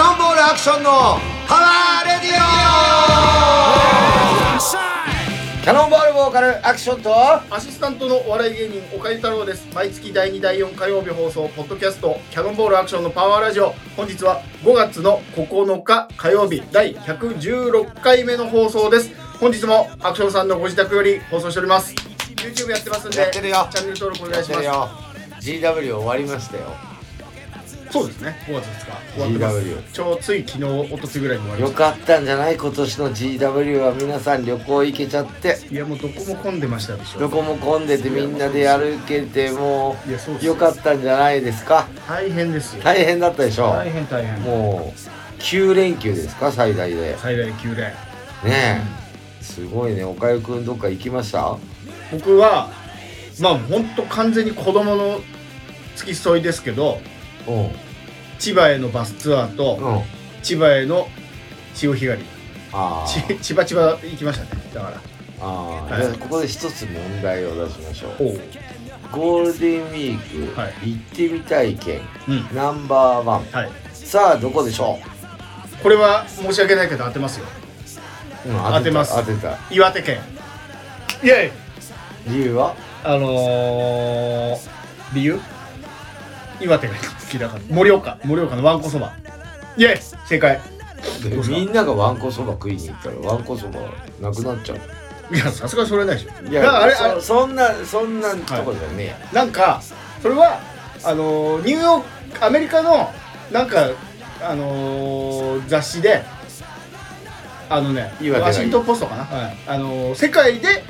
ションのパワーレディオキャノンボールボーカルアクションとアシスタントのお笑い芸人岡井太郎です毎月第2第4火曜日放送ポッドキャストキャノンボールアクションのパワーラジオ本日は5月の9日火曜日第116回目の放送です本日もアクションさんのご自宅より放送しております YouTube やってますんでやってるよチャンネル登録お願いしますよ GW 終わりましたよそうですね5月2日終わってます GW ちょうつい昨日おとついぐらいに終わりまよしかったんじゃない今年の GW は皆さん旅行行けちゃってたいやもうどこも混んでましたでしどょこも混んでてみんなで歩けてもいやそうでうすよかったんじゃないですか大変ですよ大変だったでしょ大変大変もう9連休ですか最大で最大9連ねえすごいねおかゆくんどっか行きました僕はまあ本当完全に子供の付き添いですけどうんうん千葉へのバスツアーと千葉への潮干狩りあーち千葉千葉行きましたねだからあはいーじゃあここで一つ問題を出しましょうおうゴールデンウィーク、はい行ってみたい県うんナンバーワンはいさあどこでしょこれは申し訳ないけど当てますよう、うん当てます当てた岩手県いやいや理由はあのー、理由岩手が好きだから盛岡盛岡のわんこそばイエイ正解どうしたみんながわんこそば食いに行ったらわんこそばなくなっちゃういやさすがにそれはないでしょいやだからあれそあれそんなそんなとこじゃねえや、なんかそれはあのーニューヨークアメリカのなんかあのー雑誌であのね岩手がいいワシントン・ポストかな、はいあのー世界で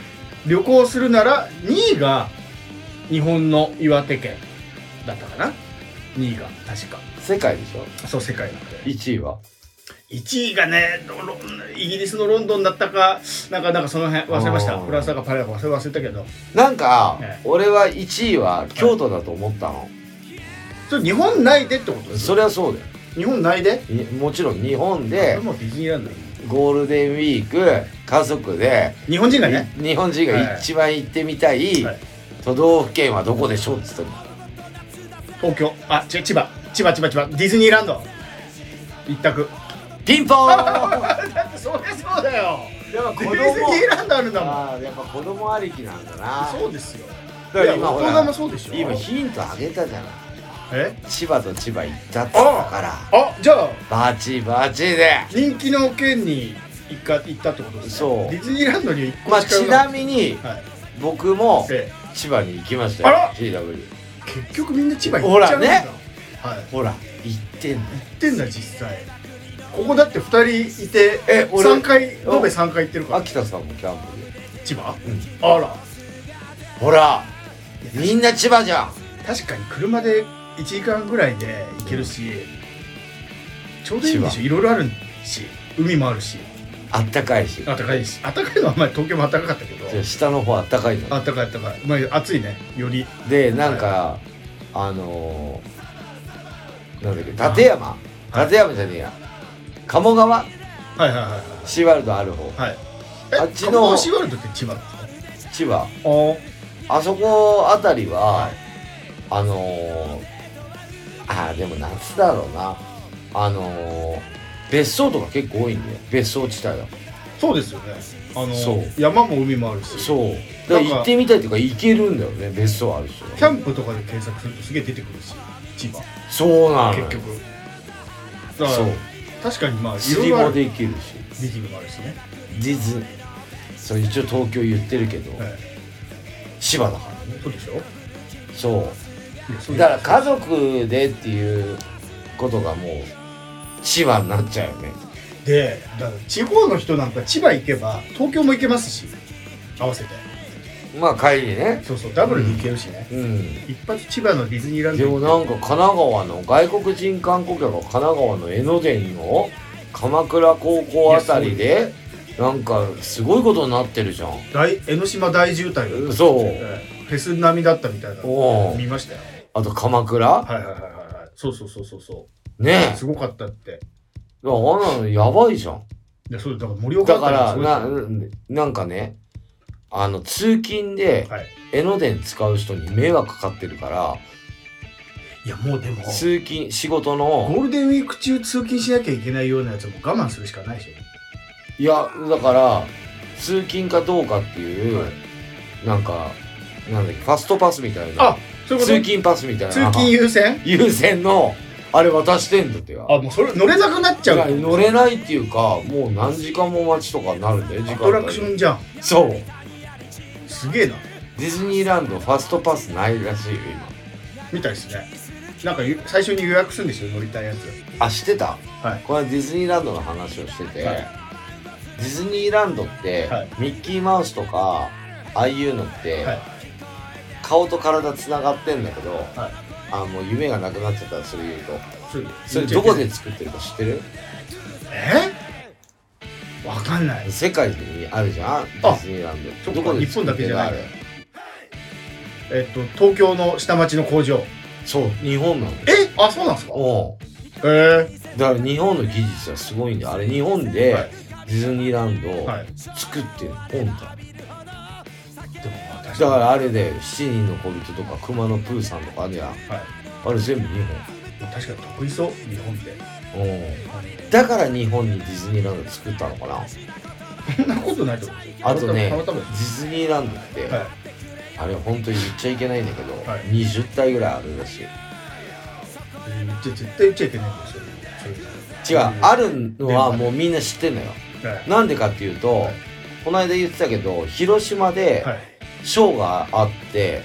旅行するなら2位が日本の岩手県だったかな2位が確か世界でしょそう世界の中で1位は1位がねロロイギリスのロンドンだったかなんかなんかその辺忘れましたあーフランスだかパリだか忘れ忘れたけどなんか、ええ俺は1位は京都だと思ったの、それ日本内でってことですそれはそうだよ日本内でいもちろん日本これでもうディズニーランドゴールデンウィーク家族で日本人がね 日本人が一番行ってみたいはい都道府県はどこでしょうっつったの東京あち千葉千葉千葉千葉ディズニーランド一択ピンポ ーンだってそりゃそうだよやっぱ子ディ供ズニーランドあるんだもんあーやっぱ子供ありきなんだなそうですよだからい今やほ大人らもそうでしょ今ヒントあげたじゃないえ千葉と千葉行ったっつったからあじゃあバチバチで人気の県に一回行ったってことですねそうディズニーランドに一個まあしかち行かななみにはい僕もで千葉に行きましたよあら GW 結局みんな千葉行っちゃうんだほらねはいほら行ってんの行ってんだ実際ここだって2人いてえ俺3回延べ3回行ってるから秋田さんもキャンプで千葉うんあらほらみんな千葉じゃん確かに車で1時間ぐらいで行けるし、ちょうどいいんでし千ょいろいろあるし海もあるしあったかいし暖かいし暖かいのは前東京も暖かかったけどじゃあ下の方あったかいの暖かい暖かい、まあ、暑いねよりでなんかあのー、なんだっけ立山立山じゃねえや鴨川はいはいはいシーワールドある方はいはいあっちの鴨川シーワールドって千葉なんですか千葉あーあそこあたりは、はいあのー、あーでも夏だろうなあのー、別荘とか結構多いんだよ別荘地帯だそうですよねあのそう山も海もあるしそうだから行ってみたいっていうか行けるんだよね別荘ある人キャンプとかで検索するとすげえ出てくるし千葉そうなのよ結局だかそうら確かにまあい釣ろいりろあもるビできるしーチングもあるしね、ディズそう一応東京言ってるけど、はい、千葉だからそうでしょそいやそううだから家族でっていうことがもう千葉になっちゃうよねでだから地方の人なんか千葉行けば東京も行けますし合わせてまあ帰りねそうそうダブルで行けるしね、うん一発千葉のディズニーランドでもなんか神奈川の外国人観光客が神奈川の江ノ電の鎌倉高校あたりでなんかすごいことになってるじゃん大江ノ島大渋滞がそうフェス並みだったみたいなのおう見ましたよあと鎌倉はいはいはいはいはいそうそうそうそうそねうすごかったっえてあんなのやばいじゃんいやそうだから盛岡だかあらたりがなすごいでなんかねあの通勤ですよはい江ノ電使う人に迷惑かかってるからいやもうでも通勤仕事ゴのールデンウィーク中通勤しなきゃいけないようなやつも我慢するしかないでしいやだから通勤かどうかっていう、はいなんかなんだっけファストパスみたいなあょそういうこと通勤パスみたいな通勤優先優先のあれ渡してんだってよあもうそれ乗れなくなっちゃいやう乗れないっていうかもう何時間も待ちとかになるんだよ時ア間トラクションじゃんンそうすげえなディズニーランドファストパスないらしいよみたいですねなんかゆ最初に予約するんですよ乗りたいやつ今あ知ってた、はいこれはディズニーランドの話をしてて、はいディズニーランドって、はいミッキーマウスとかああいうのって、はい顔と体つながってんだけど、はいあもう夢がなくなっちゃったらそれ言うとそれそれどこで作ってるか知ってるえわかんない世界にあるじゃんディズニーランドそっどかこで日本だけじゃない作ってるえっと東京の下町の工場あるそう日本なんだよえあそうなんですかおうええだから日本の技術はすごいんだよあれ日本ではいディズニーランドをはい作ってる本だ、でも私だからあれで「七人の小人」とか「熊のプーさん」とかあるじゃんはいあれ全部日確かに得意そう日本で本うんだから日本にディズニーランド作ったのかなそんなことないと思うんですよあとねたまたデまたまィズニーランドって、はいあれ本当に言っちゃいけないんだけど、はい20体ぐらいあるらしいうんじゃ絶対言っちゃいけないんですよそうい違うう、んあるのはもうみんな知ってんのよはいなんでかっていうと、はいこの間言ってたけど広島ではいショーがあって、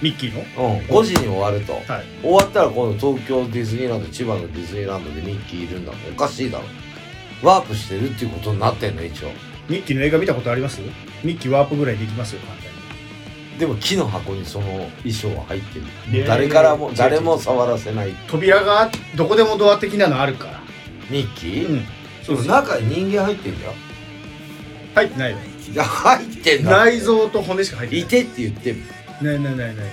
ミッキーのうん、5時に終わると、はい終わったらこの東京ディズニーランド千葉のディズニーランドでミッキーいるんだもんおかしいだろワープしてるっていうことになってんの一応ミッキーの映画見たことありますミッキーワープぐらいできますよ簡単にでも木の箱にその衣装は入ってる、ねえ誰からも違う違う誰も触らせない扉がどこでもドア的なのあるからミッキー、うんそうです中に人間入ってんだよ入ってないよいや入ってんだ内臓と骨しか入ってないいてって言ってるないないないないない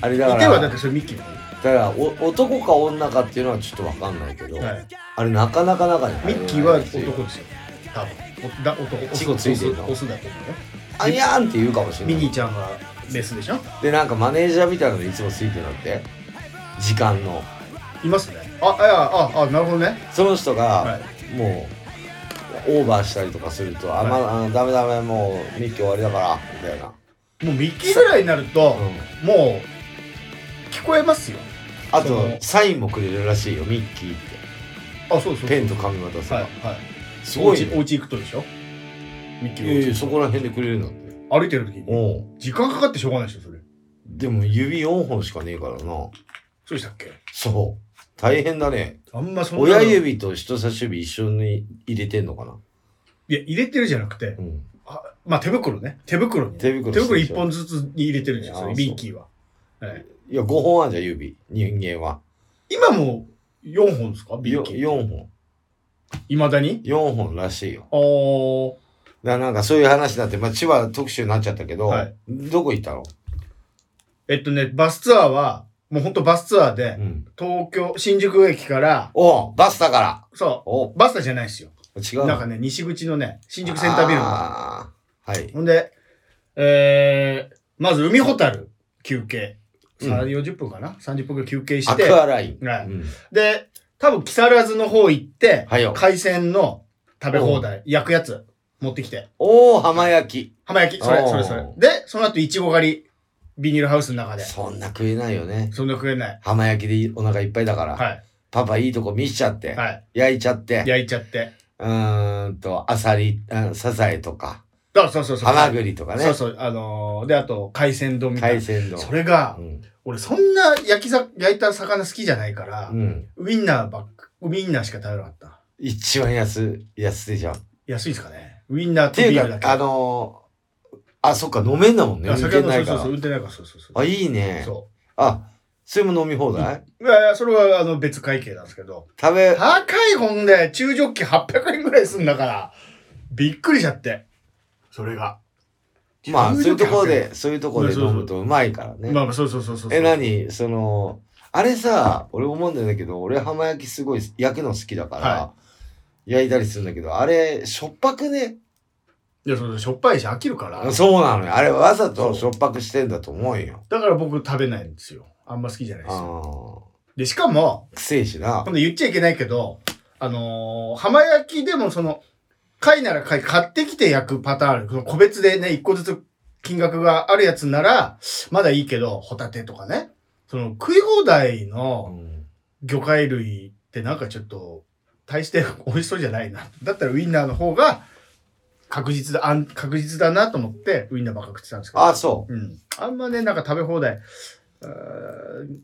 あれだかいてらはだだっかてそれミッキーの方らお男か女かっていうのはちょっとわかんないけど、はいあれなかなか中に入れミないッキーはらしいよ男ですよ多分おだ男オスチコついてるのオスオスだと思うよあにゃーんって言うかもしれなミいニーちゃんはメスでしょでなんかマネージャーみたいなのいつもついてるんだって時間のいますねああいやああなるほどねその人はがいもうオーバーしたりとかすると「あ,、まあのダメダメもうミッキー終わりだから」みたいな、もうミッキーぐらいになるともう聞こえますよあそとのサインもくれるらしいよミッキーっあそうそうそてうペンと紙渡せば、はいはいすごいおね家お家行くとでしょミッキいーやいやのそこら辺でくれるなんてお家歩いてる時におう時間かかってしょうがないでしょそれでも指4本しかねえからなそうでしたっけそう大変だねあんまそんなの親指と人差し指一緒に入れてんのかな、いや入れてるじゃなくてうん、あまあ手袋ね手袋に手袋手袋してるでし一ょ本ずつに入れてるんですよいやそそれうミッキーは、はい、いや5本あるじゃん指人間は今も4本ですかミッよキー4本いまだに4本らしいよあーだからなんかそういう話になって、まあ、千葉特集になっちゃったけど、はいどこ行ったの、えっとねバスツアーはもうほんとバスツアーでうん、東京新宿駅からおうバスだからそおうバスターじゃないですよ違うのなんかね西口のね新宿センタービルのあーはいほんでえー、まず海ほたる休憩うん3 4 0分かな、30分ぐらい休憩アしてクアライン、はいうんで多分木更津の方行って、はいよ海鮮の食べ放題、焼くやつ持ってきて。おお浜焼浜焼き、それお、うそれそれ。で、その後、いちご狩り、ビニールハウスの中きで。そんな食えないよねそんな食えない。浜焼きでお腹いっぱいだから、はパパいいとこ見しちゃっい。て、はい。焼いちゃって焼いちゃって。うーんとアサリうんサザエとかだそうそうそう。ハマグリとかねそうそう。あのー、で、あと、海鮮丼みたい海な。鮮丼それがう、ん、俺、そんな焼きざ、焼いた魚好きじゃないから、うん、ウインナーばっか、ウインナーしか食べなかった。一番安安いじゃん安いですかね。ウインナーっとてビいールうだけ。か、あのーあ、そっか、飲めんだもんね。あ飲酒めはないそかうそうそう、ら。売ってないから、そうそうそう。あ、いいね。そあ、それも飲み放題う。いやいや、それは、あの、別会計なんですけど。食べ、高い本で中ジョッキ800円ぐらいすんだから、びっくりしちゃって。それが。まあ、そういうところ800で、そういうところでそうそう飲そうむとうまいから円。まね。あまあ、そうそうそうそう。え、なに、その、あれさ、俺思うんだけど、俺浜焼きすごい焼くの好きだからは、焼いたりするんだけど、あれ、しょっぱくね。いや、そうそう、しょっぱいし飽きるから。そうなのよ。あれ、わざとしょっぱくしてんだと思うよ。だから僕食べないんですよ。あんま好きじゃないであすよ。ーで、しかも、くせえしなこ。の言っちゃいけないけど、あのー浜焼きでもその、貝なら貝買ってきて焼くパターンある。その個別でね、一個ずつ金額があるやつなら、まだいいけど、ホタテとかね。その食い放題うのん魚介類ってなんかちょっと、大して美味しそうじゃない な。だったらウインナーの方が、確実だ、あん確実だなと思って、ウインナーばっか食ってたんですけど。あ、そう。うん。あんまね、なんか食べ放題。あー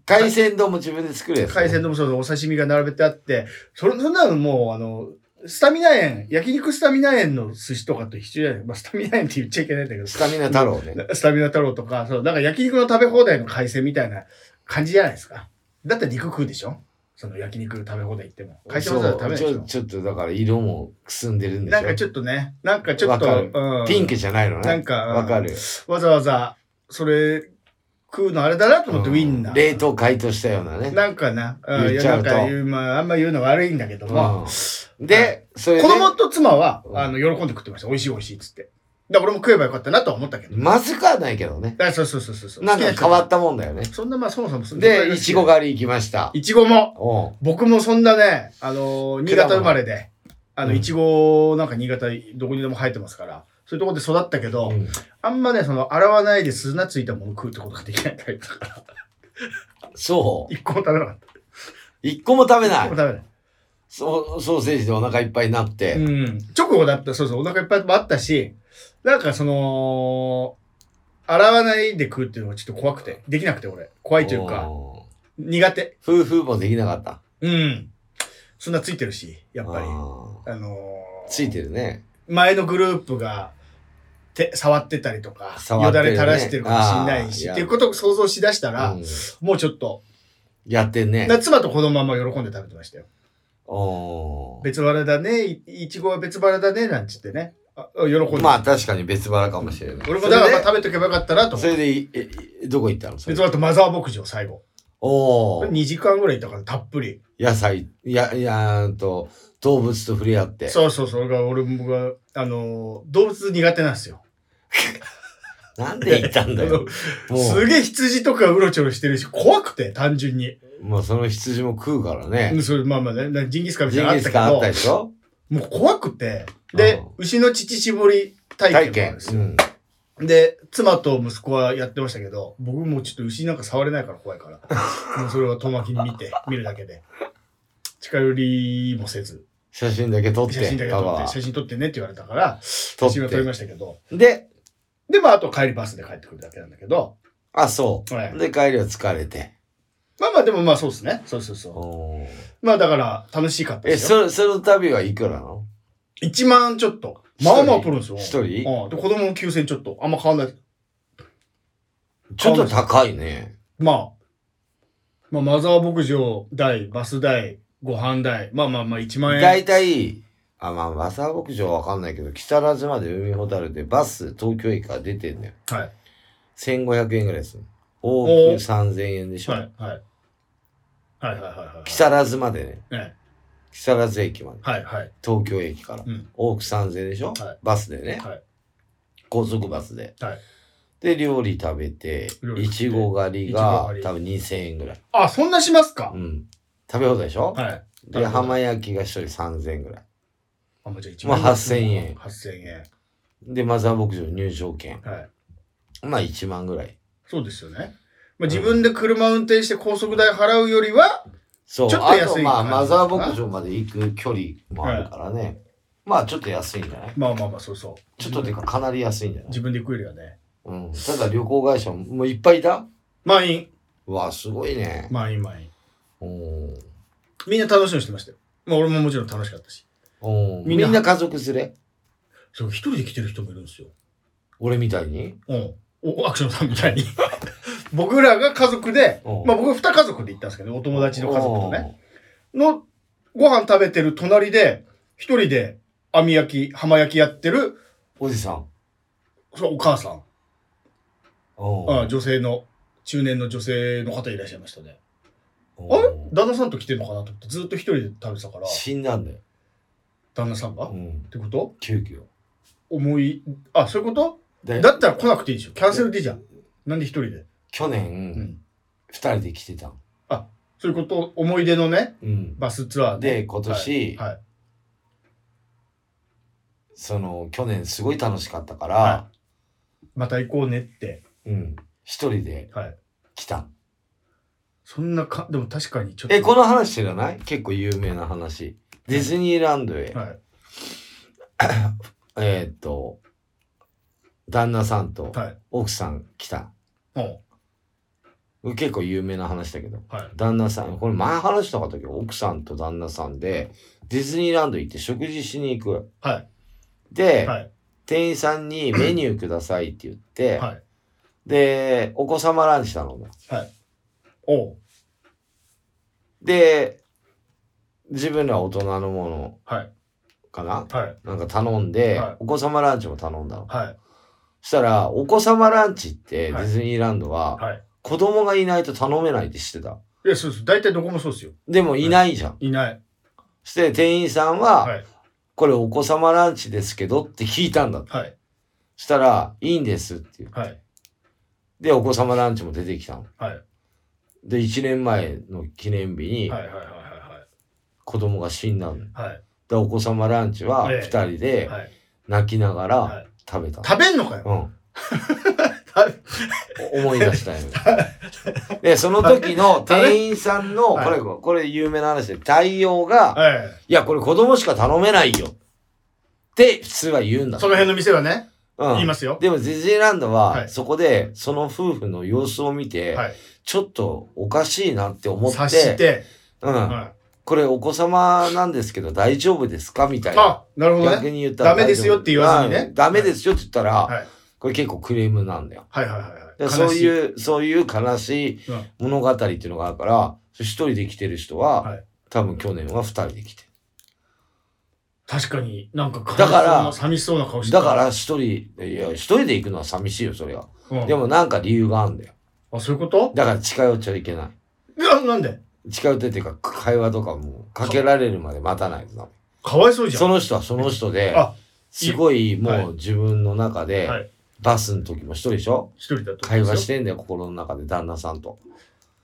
海鮮丼も自分で作るやつ。海鮮丼もそうですお刺身が並べてあって、それそんなのもう、あの、スタミナ園、焼肉スタミナ園の寿司とかと一緒じゃないまあ、スタミナ園って言っちゃいけないんだけど、スタミナ太郎ね。スタミナ太郎とか、そう、なんか焼肉の食べ放題の海鮮みたいな感じじゃないですか。だったら肉食うでしょその焼肉食べ放題行っても。海鮮そも食べうないちでしょょちょっとだから色もくすんでるんでしなょ。んかちょっとね、なんかちょっわと、かうんピンクじゃないのね。なんかわかる。わざわざ、それ食うのあれだなと思って、うんウィンナー。冷凍解凍したようなね。なんかな、うん、い言っやちゃなうんとか言う、まあ、あんま言うの悪いんだけども、うんで、それで子供と妻はう、んあの、喜んで食ってました。美味しい美味しいっつって。だから俺も食えばよかったなとは思ったけど。まずくはないけどね。あそうそうそうそうそう。。なんか変わったたもんだよね。そんなまあそもそもそんなで、いちご。狩り行きました。いちごも。お僕もそんなね、あのー、新潟生まれで、あの、うんいちごなんか新潟どこにでも生えてますから、そういうところで育ったけど、うんあんまね、その、洗わないで砂ついたものを食うってことができないタイプだから、そう。一個も食べなかった。一個も食べな一い個も。食べない。そうソーセージでお腹いっぱいになって。うん。直後だった、そうそう、お腹いっぱいもあったし、なんかその、洗わないで食うっていうのがちょっと怖くて、できなくて俺。怖いというか、お苦手。夫婦もできなかった。うん。そんなついてるし、やっぱり。あーあのーついてるね。前のグループが、手、触ってたりとか、触よってだるねれ垂らしてるかもしれないし、あーっていうことを想像しだしたら、うんもうちょっと、やってんね。な妻と子供はま喜んで食べてましたよ。お別腹だね、いいちごは別腹だね、なんつってね。あ喜んで。まあ確かに別腹かもしれない。俺もだからまあそれで食べとけばよかったなと思ってそれでいえいどこ行ったのそで、れその後マザー牧場最後。おお2時間ぐらいいたからたっぷり。野菜、や、やーんと、動物と触れ合って。そうそう、それが俺もが、あのー、動物苦手なんですよ。なんで行ったんだ よ。あのもすげえ羊とかうろちょろしてるし、怖くて、単純に。う、もうその羊も食うからうね。んそれまあまあね、なジンギスカンみたジいンなのあギっスたカンあったけでしょど、もう怖くて。でうん、牛の乳搾り体体験もある験んうん。で。すよ。で、妻と息子はやってましたけど、僕もちょっと牛なんか触れないから怖い から。もうそれは遠巻きに見て、見るだけで。近寄りもせず、写真だけ撮って、写真だけ撮って、パ写真撮ってねって言われたかパら、写は撮真はっ撮りまて。したけど、で、で、まあ、あと帰りバスで帰ってくるだけなんだけど、あ、そう。はいで、帰りは疲れて。まあまあ、でもまあそうですね。そうそうそおーう。まあだから、楽しかったでえ、すよ。そ、その旅はいくらなの1万ちょっと。一人まあまあ取るんですよ。一人うん。で、子供も9000ちょっと。あんま変わんない。ちょっと高いね。まあ、まあ、マザー牧場代、バス代、ご飯代、まあまあまあ1万円。大体、あ、まあ、マサー牧場はわかんないけど、木更津まで海ほたるでバス、東京駅から出てんだよ。はい。 1500円ぐらいでする。往おー復3000円でしょ。はい。はい。はいはいはいはい。木更津までね。ええ木更津駅まで。はいはい。東京駅から。うん。往復3000円でしょ、はいバスでね。はい。高速バスで。はいで、料理食べて料、理食べていちご狩りいちごが狩り多分2000円ぐらい。あ、そんなしますかうん。食べ放題でしょ、はい。で、浜焼きが一人3000円ぐらい。あ、もうじゃあ1まあ8000円8000円。で、マザー牧場入場券。はい。まあ1万ぐらい。そうですよね。まあ、自分で車運転して高速代払うよりは、そう。ちょっとあ安いとまあ、感じかなマザー牧場まで行く距離もあるからね。まあ、ちょっと安いんじゃないまあまあまあ、そうそう。ちょっとてでか、かなり安いんじゃない自分で食えるよね。うん。ただ旅行会社ももういっぱいいた満員。うわ、すごいね。満員満員。うん。みんな楽しみにしてましたよ。まあ俺ももちろん楽しかったし。うんみみんんなな家族連れそう、一人で来てる人もいるんですよ。俺みたいにうん。お、アクションさんみたいに。 僕らが家族で、うんまあ僕二家族で行ったんですけど、お友達の家族とね。ね。の、ご飯食べてる隣で、一人で網焼き、浜焼きやってる、おじさん。そのお母さん、うんあ女性の、中年の女性の方いらっしゃいましたね。うんあれ旦那さんと来てるのかなと思ってずっと一人で食べてたから死んだんだよ。旦那さんが、うっん。てこと急遽。思いあそういうことで、だったら来なくていいでしょキャンセルでいいじゃんなんで一人で去う年、ん二人で来てたのあそういうこと、思い出のね、うん、バスツアーで今年、はいはいその去年すごい楽しかったから、はまた行こうねって。うん、一人ではい。来たそんなか、でも確かにちょっと。えこの話知らない結構有名な話ディズニーランドへ、はい。えーっと旦那さんとはい。奥さん来たも結構有名な話だけどう、はい。旦那さんこれ前話したかったけど奥さんと旦那さんでディズニーランド行って食事しに行くはで、い。はい。店員さんにメニューくださいって言って、はい。でお子様ランチ頼むおう。で自分ら大人のものはい。かなはい。なんか頼んで、はいお子様ランチも頼んだの。はい。そしたら、お子様ランチってデはいィズニーランドは、はい。子供がいないと頼めないって知ってた。いや、そうです。大体どこもそうですよ。でもいないじゃん。いない。して店員さんは、はい。これお子様ランチですけどって聞いたんだ。はい。そしたら、いいんですっていう。はい。で、お子様ランチも出てきたの。はい。で、1年前の記念日にはい。はい。は子供が死んだの。い。はい。で、お子様ランチはええ2人ではい。泣きながはらい。食べたの。食べんのかよ。うん。食べ思い出した よ。で、その時の店員さんの、こはいれ、これ有名な話で、対応が、はい。いや、これ子供しか頼めないよ。って、普通は言うんだ。その辺の店はね、うん言いますよ。でも、ディズニーランドはは、いそこで、その夫婦の様子を見て、はい。ちょっとおかしいなって思っ察て、して。うん。はこれお子様なんですけど大丈夫ですかみたい。いな。あ、なるほど逆ね。に言ったら大丈夫。ダメですよって言わずにねうんダメですよって言ったら、はい。これ結構クレームなんだよ。はいはいはいではい。そうう。いう、そういう悲しいうん物語っていうのがあるから、一人で来てる人は、はい多分去年は二人で来て確かになんか悲しそうだな、から寂しそうな顔しる。てた。だから一人、いや、一人で行くのは寂しいよ、それは。うんでもなんか理由があるんだよ。あ、そういうことだから近寄っちゃいけないや、なんでい。近寄ってっていうか、会話とかもかけられるまで待たないとダメ。かわいそうじゃん。その人はその人であ、すごいはいもう自分の中ではい、バスの時も一人でしょ一人だと。会話してんだよ、心の中で旦那さんと。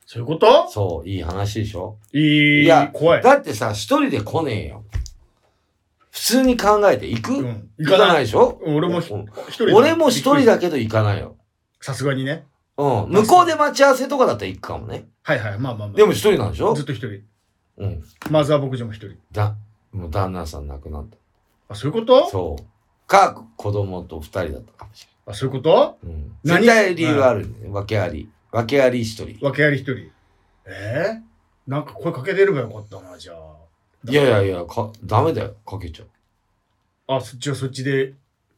そういうことそう、いい話でしょいいやや、怖い。だってさ、一人で来ねえよ。普通に考えて行く、うん行かないでしょ俺もひうん一人だ俺も一人だけど行かないよ。さすがにね。うん。向こうで待ち合わせとかだったら行くかもね。はいはい、まあまあまあ。でも一人なんでしょずっと一人。うん。マザー牧場も一人。だ、もう旦那さん亡くなった。あ、そういうことそう。か、子供と二人だったかもしあ、そういうことれない。うん。何絶対理由ある、ね。訳あり。訳あり一人。訳あり一人。えー、なんか声かけれればよかったな、じゃあ。いやいやいや、か、ダメだよ。かけちゃあ、そっちはそっちで。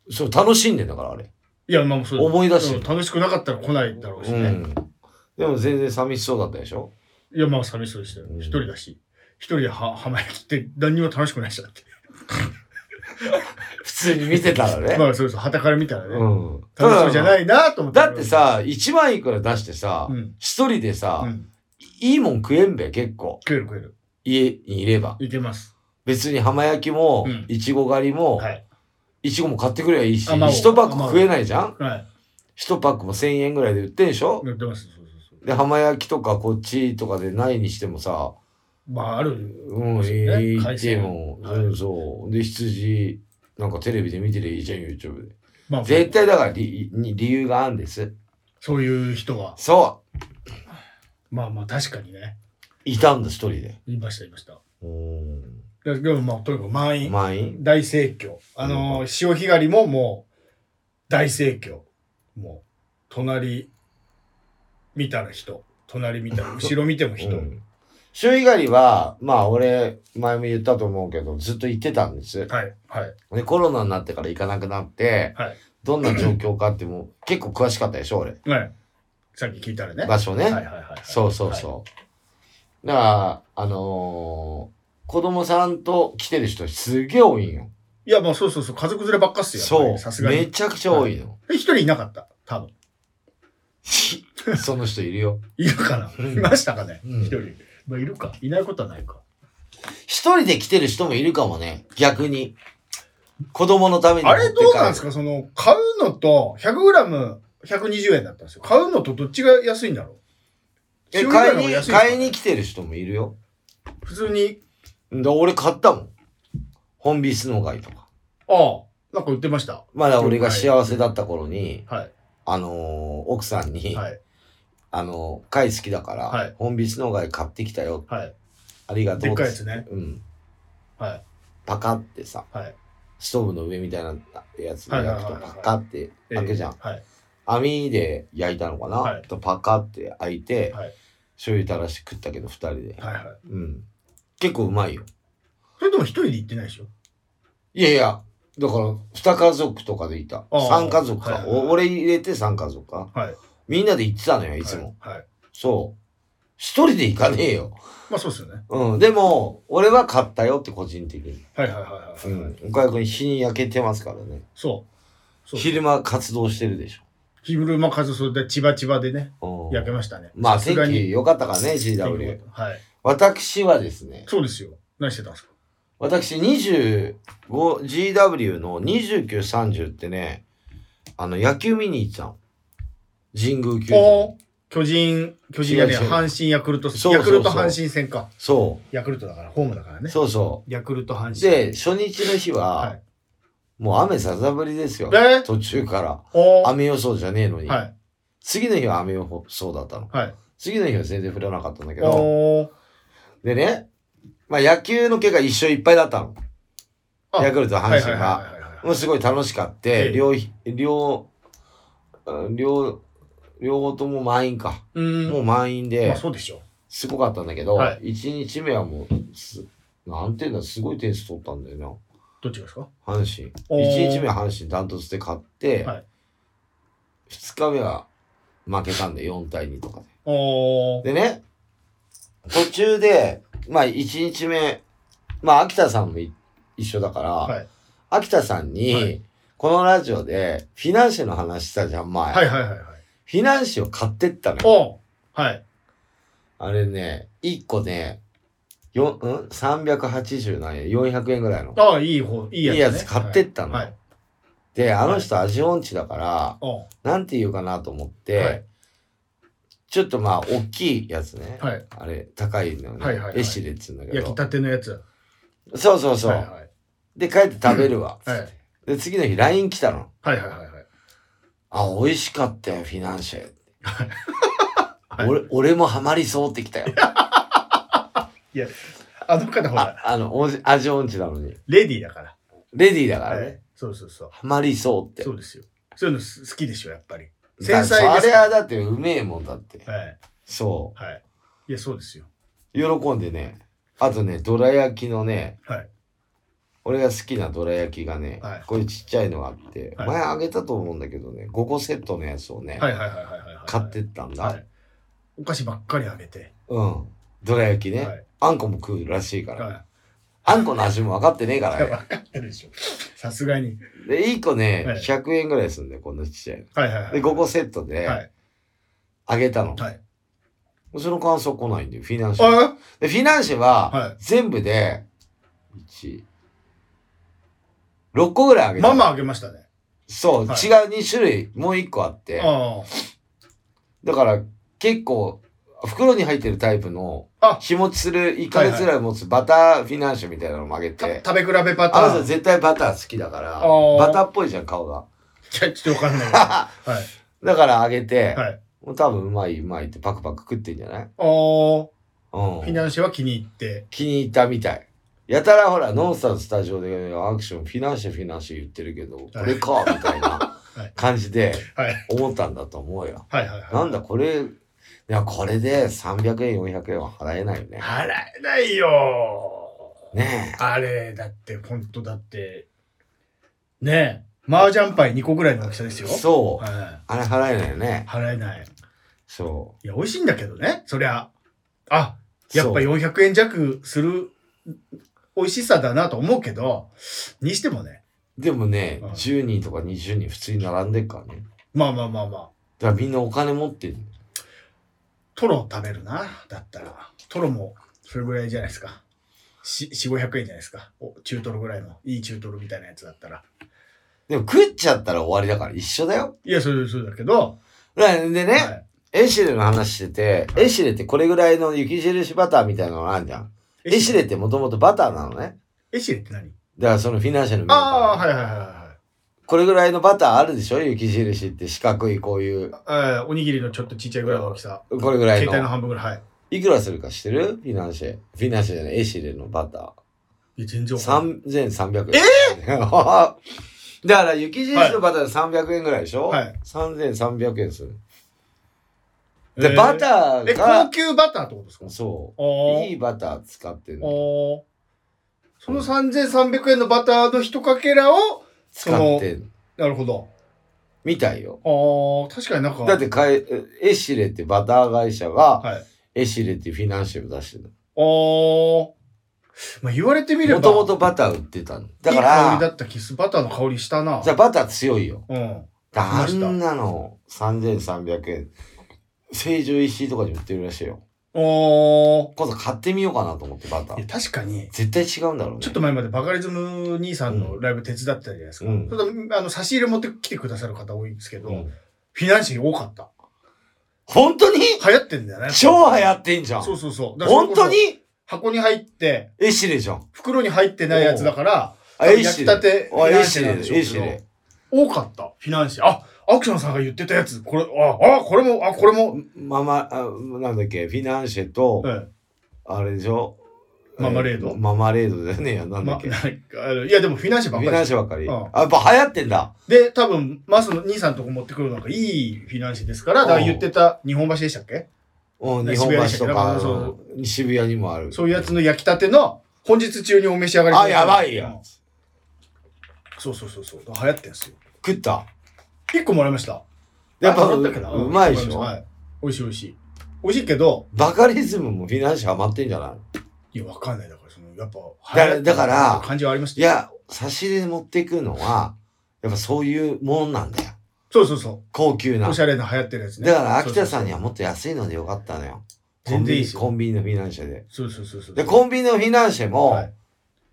う。そう、楽しんでんだから、あれ。いや、まあそう思い出してるうん楽しくなかったら来ないだろうしうね。ん。でも全然寂しそうだったでしょいや、まあ寂しそうでしたよ。うん一人だし。一人では浜焼きって何にも楽しくないしだって。普通に見てたらね。まあ そうそう、旗から見たらね。うん。。楽しそうじゃないいなと思って。だって、さ、1万いくら出してさう、ん。一人でさ、うん。いいもん食えんべ、結構。食える食える。家にいれば。いけます。別に浜焼きもうん、いちご狩りも、はい。いちごも買ってくればいいし、あまあ一パック食えないじゃんはい。一パックも1000円ぐらいで売ってんでしょ売ってます。そうそうそう。で、浜焼きとかこっちとかでないにしてもさ、まあある。うん、そうですねいい海で鮮も、はいうん、そう。で、羊、なんかテレビで見てりゃいいじゃん、YouTube で。まあ絶対だから理に理由があるんです。そういう人は。そまあまあ確かにね。ういたんです、一人で。言いました言いました。うん。ででもまあとにかく満員。満員大盛況。あのー、潮干狩りももう大盛況。もう、隣見たら人。隣見た ら、後ろ見ても人。うん潮干狩りは、まあ俺、前も言ったと思うけど、ずっと行ってたんです。はい。はい。で、コロナになってから行かなくなって、はいどんな状況かってもう、結構詳しかったでしょ、俺。はい。さっき聞いたらね。場所ね。はいはいはいはい。そうそうはそう。だから、あのー子供さんと来てる人すげえ多いんよ。い。いや、まあそうそうそう。家族連ればっかっすよ。やっそぱりさすう。がめに。ちゃくちゃ多いの。一人いなかった。多分。 その人いるよ。いるかうなんいましたかねうん一人。まあいるか。いないことはないか。一人で来てる人もいるかもね。逆に。子供のために持っあて帰れる。どうなんですかその、買うのと、100g120 円だったんですよ。買うのとどっちが安いんだろう週えぐ買らいのい方にが安い買いに来てる人もいるよ普通に、だ俺買ったもん本ビスの貝とかああ、なんか売ってました。まだ俺が幸せだった頃にはあのー奥さんい。に、はい。あのー貝好きだから、はい本ビスの貝買ってきたよはい。ありがとうでっかいやつつね。うんはい。パカってさはい。ストーブの上みたいなやつではいはい焼はいくはいとパカって開けじゃん、はい。網で焼いたのかな、はいとパカって開いて、はい醤油垂らして食ったけど2人で、はいはい。うん結構うまいよそれとも一人で行ってないでしょいやいやだから2家族とかでいたあー3家族か、はいはいはいお俺入れて3家族かはい。みんなで行ってたのよいつも、はい。はい。そう一人で行かねえよ、まあそうですよね。うん、でも俺は買ったよって個人的に、はいはいはいはい。うん、岡山君日に焼けてますからねそう。そう。昼間活動してるでし昼間数それで千葉千葉でね、ょ、うん、焼けましたね。まあさす天が気に。良かったからね天気 GW 良かったはい。私はですねそうですよ。何してたんですか私 25GW の2930ってねあの野球見に行ってたの神宮球お場ー巨人、巨人やね、違う違う阪神、ヤクルト、そうそうそうヤクルト、阪神戦か。そヤクルトだから、ホームだからうね。そうそヤクルト、阪う神。で、初日の日は、はいもう雨さざぶりですよえ途中からおー雨予想じゃねえのに、はい。次の日は雨予想だったのはい。次の日は全然降らなかったんだけどおーでねまあ野球の結果一勝いっぱいだったのあヤクルトは阪いはい神はいがはいはいもうすごい楽しかっええて、両ひ、両、あ両、両方とも満員か。うーん。もう満員まであ、そうでしょ。すごかったんだけど、はい一日目はもう、すなんていうんだ、すごい点数取ったんだよどっちがですかな、阪神。おー一日目は阪神ダントツで勝って、二、はい日目は負けたんで、4対2とかおーで。でね、途中で、まあ一日目、まあ秋田さんもい一緒だから、はい。秋田さんに、はいこのラジオで、フィナンシェの話したじゃん、前。はいはいはいはい。フィナンシェを買ってったのよ。おーはい。あれね、1個ね、よん、380何円、400円ぐらいの。ああ、いい方、いいやつ、ね。いいやつ買ってったのはい。はいで、あの人味音痴だから、おーなんて言うかなと思って、はいちょっとまあ、大きいやつね。はいあれ、高いのね。はいはいはいエシレっつうんだけ焼どき。たてのやつ。そうそうそう。はいはいで、帰って食べるわ。はい。で、次の日 LINE 来たの。はいはいはいはい。あ、美味しかったよ、フィナンシェ。はい俺、俺もハマりそうってきたよ。いや、あの方ほあら、 あの、おじ味音痴なのに。レディーだから。レディーだからはね。い。そうそうそう。ハマりそうって。そうですよ。そういうのす好きでしょ、やっぱり。繊繊細細であすれはだってうめえもんだって。はい。そはい。いや、そうですよ。う。喜んでね。あとね、どら焼きのね、はい。俺が好きなどら焼きがね、はいこういうちっちゃいのがあって、はい前あげたと思うんだけどね、5個セットのやつをね、はいはいはいはいはいはい。買ってったんだ。はい。お菓子ばっかりあげて。うん。どら焼きね、はいあんこも食うらしいから。はあんこの味も分かってねえかい。ら分ね。かってるでしょ。さすがに。で、1個ね、はい100円ぐらいするんだよ、こんなちっちゃいの。はいはいはい。で、5個セットはでい。あげたの。はい。その感想来ないんだよ、フィナンシェ。あで、フィナンシェは、はい全部で、1、6個ぐらいあげた。ママあげましたね。そう、はい違う2種類、もう1個あって。あだから、結構、袋に入ってるタイプのあ、日持ちする1ヶ月ぐらい持つバターフィナンシェみたいなのもあげあ。たて。食べ比べパタ あの人ーン。絶対バター好きだから、ーバターっぽいじゃん、顔が。ちょっとわかん ないけど。はだからあげて、い。はい。もう多分うまいうまいってパクパク食ってんじゃないおー。うん。フィナンシェは気に入って。気に入ったみたい。やたらほら、ノンスターズスタジオでアクション、フィナンシェ、フィナンシェ言ってるけど、これか、みたい ない感じではい。思ったんだと思うよ。はいはいはい。なんだこれ、いや、これで300円、400円は払えないよね。払えないよねあれだって本当だってねえ麻雀牌2個ぐらいの大きさですえ。よ、そう。はあれ払えないよい、ね。払えないそいや美味しいんだけどねそりゃあう。やっそぱう400円弱する美味しさだなと思うけどにしてもねでもね、うん10人とか20人普通に並んでっからね。まあまあまあまあだからみんなお金持ってる。トロ食べるなだったらトロもそれぐらいじゃないですか4500円じゃないですかお中トロぐらいのいい中トロみたいなやつだったらでも食っちゃったら終わりだから一緒だよ。いやそれそうだけどだからでね、はいエシレの話してて、エシレってこれぐらいの雪印バターみたいなのあるじゃん。エシレってもともとバターなのね。エシレって何だからそのフィナンシェのメーカーああ、はいはいはいはい。これぐらいのバターあるでしょ雪印って四角いこういう、えーおにぎりのちょっとちっちゃいぐらいの大きさ。これぐらい携帯のの。半分ぐらい。はい。いくらするか知ってるフィナンシェ。フィナンシェじゃない、エシレのバタいや全然ー。わかんない3300円。え だから雪印のバターで300円ぐらいでしょ、はい、 ?3300 円する。えで、ーバターえ、が高、級バターってことですかそあう。ーいいバター使ってるあ。ーその3300円のバターの一かけらを、使ってる。なるほど。みたいよ。ああ、確かになんか。だってかえ、エシレってバター会社が、はい。あエシレっていうフィナンシェを出してる。あ。まあ言われてみれば、もともとバター売ってたの。だかいい香りら、だったキスバターの香りしたな。じゃあバター強いよ。うん。あんなの3300円。成城石井とかに売ってるらしいよ。お今度買ってみようかなと思って、バターいやー。確かに、絶対違うんだろうね。ちょっと前までバカリズム兄さんのライブ手伝ってたじゃないですか。うんちょっとあの差し入れ持ってきてくださる方多いんですけど、うんフィナンシェ多かった。本当に流行ってんだよね。超流行ってんじゃん。そうそうそう。だからそれ本こそ当に箱に入って、エシレじゃん。袋に入ってないやつだから、あ、エ焼シきレ。たてフあィナエンシシェなレんでしょエうシけどレ。多かった、フィナンシェ。あ、アクションさんが言ってたやつ。これ、あ、あ、これも、あ、これも。ママ、あなんだっけ、フィナンシェと、うんあれでしょママレードえママレードだよねえや、なんだ ま、っけ。なんかあのいや、でもフィナンシェフばっィナかンりシェばっかり。うんあやっぱ流行ってんだ。で、多分、マスの兄さんとこ持ってくるのがいいフィナンシェですから、だから言ってた日本橋でしたっけうん、ね日本橋とか、あ渋谷でしたっけなんかの渋谷にもある。そういうやつの焼きたての、本日中にお召し上がりくださあ、やばいやうんん。そうそうそうそう。流行ってんすよ。食った。一個もらいました。やっぱあもらたっけなうまいでしょはい。美味しい美味しい。美味しいけど、バカリズムもフィナンシェハマってんじゃないいや、わかんない。だから、その、やっぱ、だ流行ってだから感じはありましたいよ。や、差し入れ持っていくのは、やっぱそういうもんなんだよ。そうそうそ高級う。な。おしだゃれな流行ってるやつね。から、秋田さんには。はもっと安いのでよかったのよ。全然いいですよコンビニコンビニのフィナンシェで。そうそうそうそう。で、コンビニのフィナンシェも、はい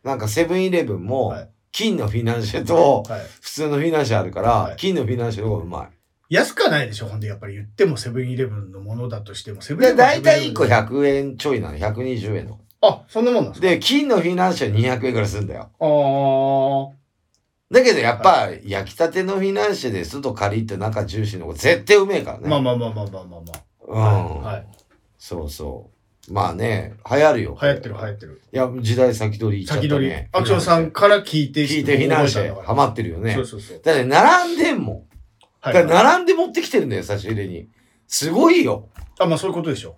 なんかセブンイレブンもはい、金のフィナンシェと、はい。普通のフィナンシェあるから、はい金のフィナンシェの方がうま安くはないでしょ、ほんで、やっぱり言ってもセブンイレブンのものだとしても、セい。ブンイで、レブンはだセいブンイレたブいン1個100円ちょいなの、120円の。あ、そんなもんなんですかで、金のフィナンシェ200円くらいするんだよ。あーだけどやっぱ、焼きたてのフィナンシェで外カリッと中ジューシーの方が絶対うめえからね。まあまあまあまあまあまあまうん、あ。はいはい。そうそう。まあね、流行るよ。流行ってる流行ってる。いや、時代先取り行っちゃった、先ね。取り。アクションさんから聞いて、聞いてフィナンシェ覚えたんだハかマってるよらねそう。そうそう。だって並んでんもん。はだいはかいら並んで持ってきてるんだよ、差し入れに。すごいよ。あ、まあそういうことでしょ。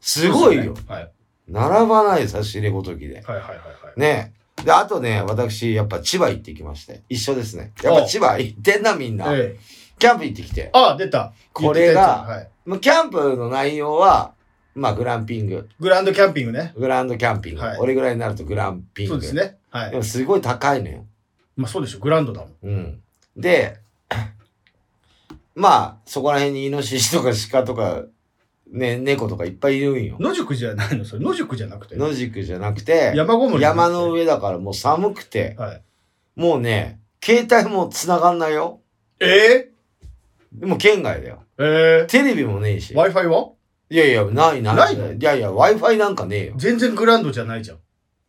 すごいよ。そうですねはい。並ばない差し入れごときで。はいはいはいはい。ねで、あとね、私、やっぱ千葉行ってきまして。一緒ですね。やっぱ千葉行ってんな、みんな。ええキャンプ行ってきて。あ、出た。これが言ってたやつはいまあ、キャンプの内容は、まあ、グランピング。グランドキャンピングね。グランドキャンピング。はい俺ぐらいになるとグランピング。そうですね。はでい。もすごい高いのよ。まあそうでしょ。グランドだもん。うん。で、まあ、そこら辺にイノシシとか鹿とか、ね、猫とかいっぱいいるんよ。野宿じゃないのそれ。野宿じゃなくて。野宿じゃなくて、山ごもりじゃな山くて。の上だからもう寒くて、はい。もうね、携帯も繋がんないよ。ええでも県外だよ。ええテレビもねえし。 Wi-Fi はいやいや、ないない。ないのいやいや、Wi-Fi なんかねえよ。全然グランドじゃないじゃん。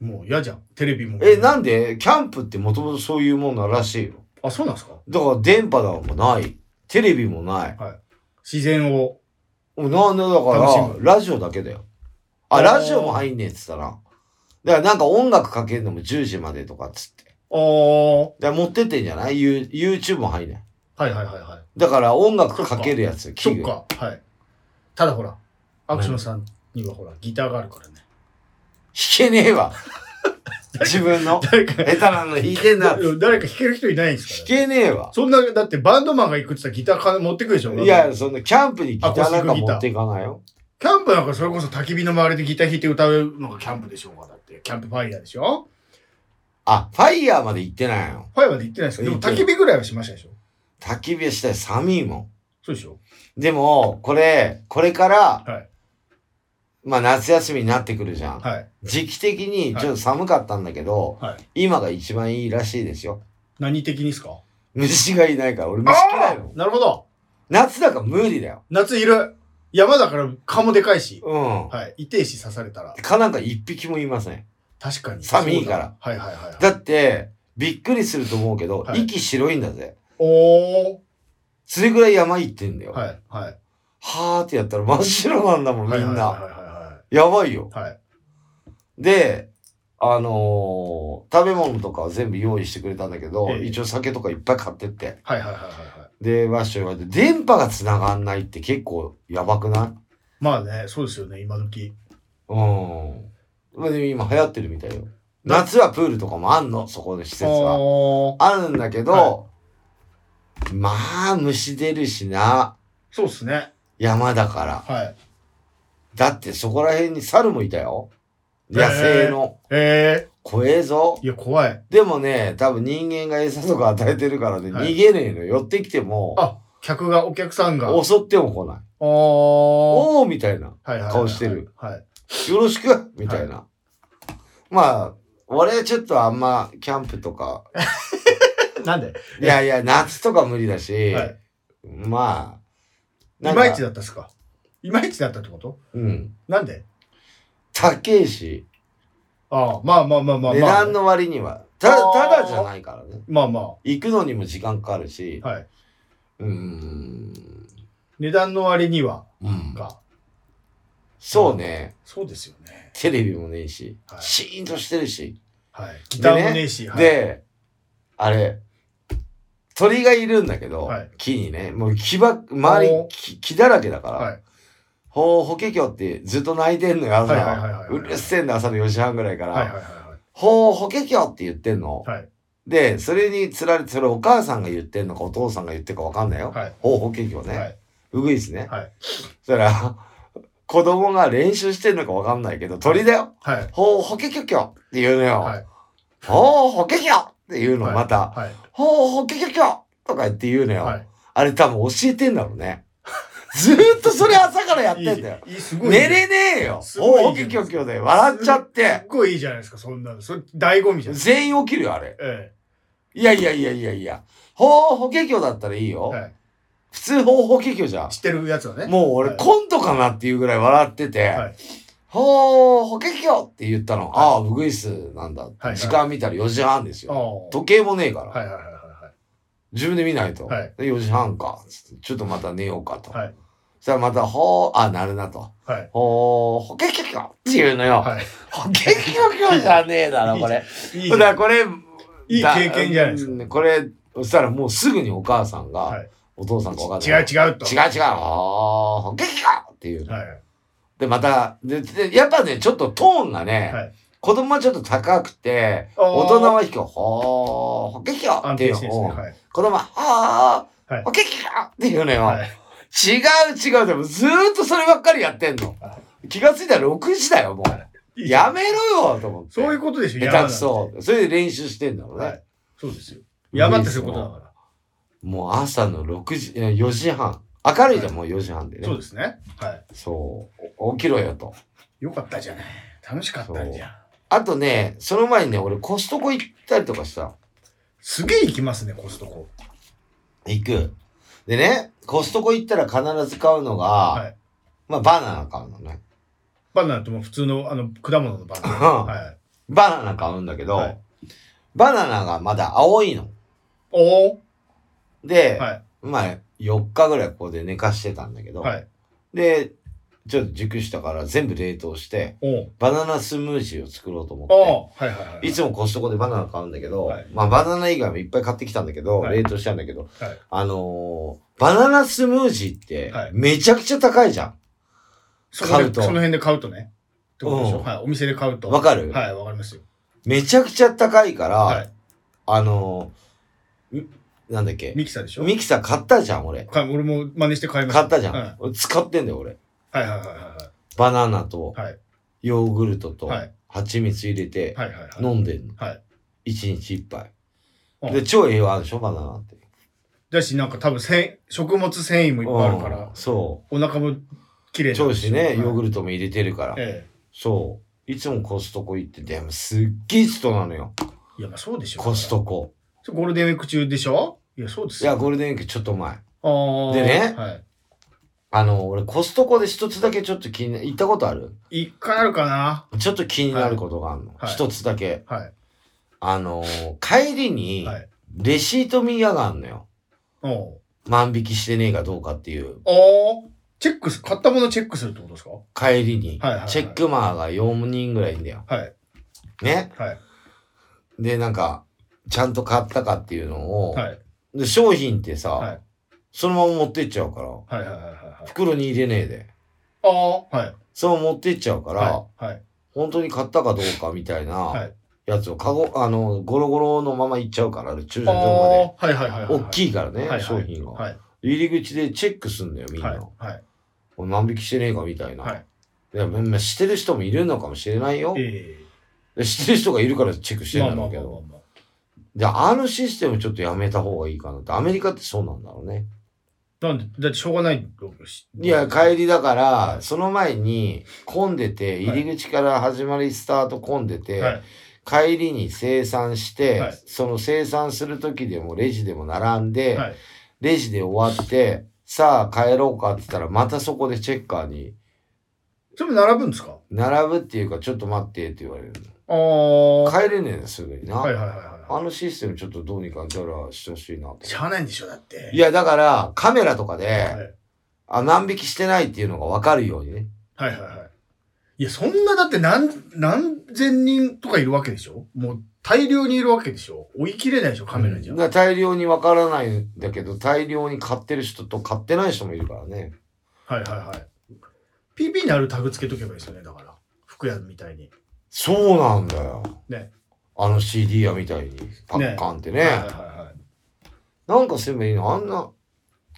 もう嫌じゃん。テレビも。え、なんでキャンプってもともとそういうものらしいよ。あ、そうなんですかだから電波だもない。テレビもない。自然を。もうなんでだ楽かしむら、ラジオだけだよ。ああ、ーラジオも入んねえって言ったら。だからなんか音楽かけるのも10時までとかっつって。ああ。だから持ってってんじゃない ?You- ?YouTube も入んない。はいはいはいはい。だから音楽かけるやつ、そ器っ具。か。はい。ただほら、アクションさんにはほら、ギターがあるからね。弾けねえわ。 自分の。誰か、下手なの弾いてんな。弾誰か弾ける人いないんですから、ね。けねえわ。そんな、だってバンドマンが行くって言ったらギターか持ってくでしょいや、、そんなキャンプにギターなんアコースティッかクギ持ターっていかないよ。キャンプなんかそれこそ焚き火の周りでギター弾いて歌うのがキャンプでしょうかだって。キャンプファイヤーでしょあ、ファイヤーまで行ってないの。ファイヤーまで行ってないですけど、でも焚き火ぐらいはしましたでしょ焚き火はしたい寒いもん。そうでしょでも、これ、これから、はいまあ夏休みになってくるじゃん。はい。時期的にはいちょっと寒かったんだけど、はい今が一番いいらしいですよ。 何的にですか虫がいないから、俺虫嫌いの。なるほど。夏だから無理だよ。夏いる。山だから蚊もでかいし、うん。はい、痛いし刺されたら。蚊なんか一匹もいません。確かに。寒いからそうだ。はいはいはいはい。だって、びっくりすると思うけど、はい息白いんだぜ。おー。それぐらい山行ってんだよ。ははいはい。ーってやったら真っ白なんだもん、みんな。はいはいはやばいよ。いはいはい。はい。で、あのー食べ物とかは全部用意してくれたんだけど、ええ一応酒とかいっぱい買ってって。はいはいはいはいはい。で、ワッシュ言われて、電波が繋がんないって結構やばくないまあね、そうですよね、今時。うん。まあでも今流行ってるみたいよ。夏はプールとかもあんの、そこの施設は。おーあるんだけど、はまあ、虫出るしな。そうですね。山だから。はい。だってそこら辺に猿もいたよ。野生の。え怖えぞえ。いや、怖い。でもね、多分人間が餌とか与えてるからね、はい逃げねえの。寄ってきても、あ、客が、お客さんが。お襲っても来ない。おー。おーみたいな。はいはいはいはい顔してる。はい。よろしくみたいな。まあ、俺ちょっとあんまキャンプとか、なんでいやいや、夏とか無理だし、はい。まあ、いまいちだったっすかいまいちだったってことうん。なんで高えし、ああ、まあまあまあまあ値まあ。段の割には、た、ただじゃないからね。まあま行くのにも時間かかるし、あ。はい。うーん。値段の割には、うん。か。そうね。そうですよね。テレビもねえし、はいシーンとしてるし。はい。ギターもねえし。はい、で、あれ、鳥がいるんだけど、はい木にね、もう木ば、周りおー木木だらけだから、はい。ほう、法華経ってずっと泣いてんのよ、朝。はいはいはいはいうるせえんだ、朝の4時半ぐらいから。はいはいはほう、法華経って言ってんの。いはい。はい。で、それにつられて、それお母さんが言ってんのか、お父さんが言ってるかわかんないよ。はいほう、法華経ね。はい。うぐいすね。はい。そしたら、子供が練習してんのかわかんないけど、鳥だよ。はい。ほう、法華経って言うのよ。はい。ほう、法華経って言うの、また。はい。ほう、ほけけけとか言って言うのよ。はい。あれ多分教えてんだろうね。 ずーっとそれ朝からやってんだよ。いい。いいすごい。寝れねえよ。すほごう、いほけけけで笑っちゃっすて。っごいいいじゃないですか、そんなの。それ、醍醐味じゃないですか。全員起きるよ、あれ。えいやいやいやいやいや。ほう、ほけけだったらいいえ。よ。はい。普通、ほう、ほけけじゃん。知ってるやつはね。もう俺、はいコントかなっていうぐらい笑ってて、はいほう、ほけけって言ったの。はいああ、ウグイスなんだ。はい時間見たら4時半ですよ。あ時計もねえから。あ。はいはいはいは自分で見ないと。はいで4時半か。つってちょっとまた寝ようかと。はいそしたらまた、ほー、あ、なるなと。い。はい。ほー、ほけきょきょっていうのよ。はい。ほけきょきょじゃねえだろ、これ。いいだからこれ、いいだ経験じゃないですかうんこれ、そしたらもうすぐにお母さんが、はいお父さんかわかん違なうい。違うと。違う違う。ほー、ほけきょっていう。はい。で、またで、で、やっぱね、ちょっとトーンがね、はい子供はちょっと高くて、あー大人は低い。ほー、ほけきょ安ってい定うしてですね。のを。はい。子供は、はー、はいほけきょっていうのよ。はい。違う違うでもずーっとそればっかりやってんのは気がついたら6時だよもういいじゃんやめろよと思ってそういうことでしょ、下手くそそれで練習してんだろうね、はい。そうですよ。山ってそういうことだかもう朝の6時え4時半明るいじゃんもう4時半でら。ねそうですね。はい。そうお起きろよとよかったじゃない。楽しかったんじゃん。あとねその前にね俺コストコ行ったりとかしたすげえ行きますね、コストコ。行くでねコストコ行ったら必ず買うのが、いまあバナナ買うのねバナナともう普通の、あの、果物の バナナ。うんはい。バナナ買うんだけど、はいバナナがまだ青いのおおで、はい。まあ、4日ぐらいここで寝かしてたんだけど、はい。で、ちょっと熟したから全部冷凍して、おーバナナスムージーを作ろうと思っおーはいはいはいはて、い。いつもコストコでバナナ買うんだけど、はいまあバナナ以外もいっぱい買ってきたんだけど、はい冷凍したんだけど、はいあのーバナナスムージーってはいめちゃくちゃ高いじゃん。そこ買うでとその辺で買うとね。ってことでしょうんはい。お店で買うと。わかるはい、わかりますよ。めちゃくちゃ高いから、はい。あのーみなんだっけ、ミキサーでしょミキサー買ったじゃん、俺。買い俺も真似して買いまし買た。ったじゃん。はい俺使ってんだよ、俺。はいはいはいはバナナとい。はい。ヨーグルトとはい蜂蜜入れて、はいはいはい。飲んでんの。はい一日一杯。うんで、超栄養あるでしょバナナって。だし、なんか多分せん、食物繊維もいっぱいあるかうらん、そお腹も綺麗う。なん調です子よね、ヨーグルルトも入れてるから。えそう。いつもコストコ行って、でもすっげえ人なのよ。え。いや、まあそうでしょ。コス。トコ。ゴールデンウィーク中でしょいや、そうでいすよ。や、ゴールデンウィークちょっと前。あーでねはい。あの、俺コストコで一つだけちょっと気に、行ったことある一回あるかなちょっと気になることがあるの。はい一つだけ。はあの、帰りい。に、はい。レシート見やがんのよ。おう万引きしてねえかどうかっていう。おーチェックす、買ったものチェックするってことですか帰りにはいはいは。いチェックマーが4人ぐらいいんだよ。はい。ね。はい。で、なんか、ちゃんと買ったかっていうのを、はい。で商品ってさ、はいそのまま持ってっちゃうから、はいはいはいはいはい。袋に入れねえで。ああ、はい。そう持ってっちゃうから、はい。はい。本当に買ったかどうかみたいはないやつを、かご、あの、ゴロゴロのまま行っちゃうから、駐あ車あ場まで。ー、はいはいはいはい。大いきいからね、はいはい商品が、はい。入り口でチェックすんだよ、みんな。はい。はい。これ万引きしてねえかみたいな。はいいや、まあまあしてる人もいるのかもしれないよ。えでしてる人がいるからチェックしてえ。るまんあだまろあうけまあど。まあまあ。で、あのシステムちょっとやめた方がいいかなって。アメリカってそうなんだろうね。なんで、だってしょうがないのしいや、帰りだから、はいその前に混んでて、はい入り口から始まりスタート混んでて、はい帰りに生産して、はいその生産する時でもレジでも並んで、はい。レジで終わって、さあ帰ろうかって言ったら、またそこでチェッカーに、それも並ぶんですか並ぶっていうか、ちょっと待ってって言われるああ。の。は帰れねえんですぐにな。いはいはいはあのシステムちょっとどうにかギャラしてほしいなとい。しゃあないんでしょ、だって。いや、だから、カメラとかはい。で、あ、万引きしてないっていうのがわかるようにね。はいはいはい。いや、そんなだって何、何千人とかいるわけでしょもう大量にいるわけでしょ追い切れないでしょカメラじゃ。だから大量にわからないんだけど、大量に買ってる人と買ってない人もいるからね。はいはいはい。PP にあるタグつけとけばいいですよね、だから。服屋みたいに。そうなんだよ。ねあの CD やみたいに、パッカンってね。はいはいはい。なんかすればいいのあんな、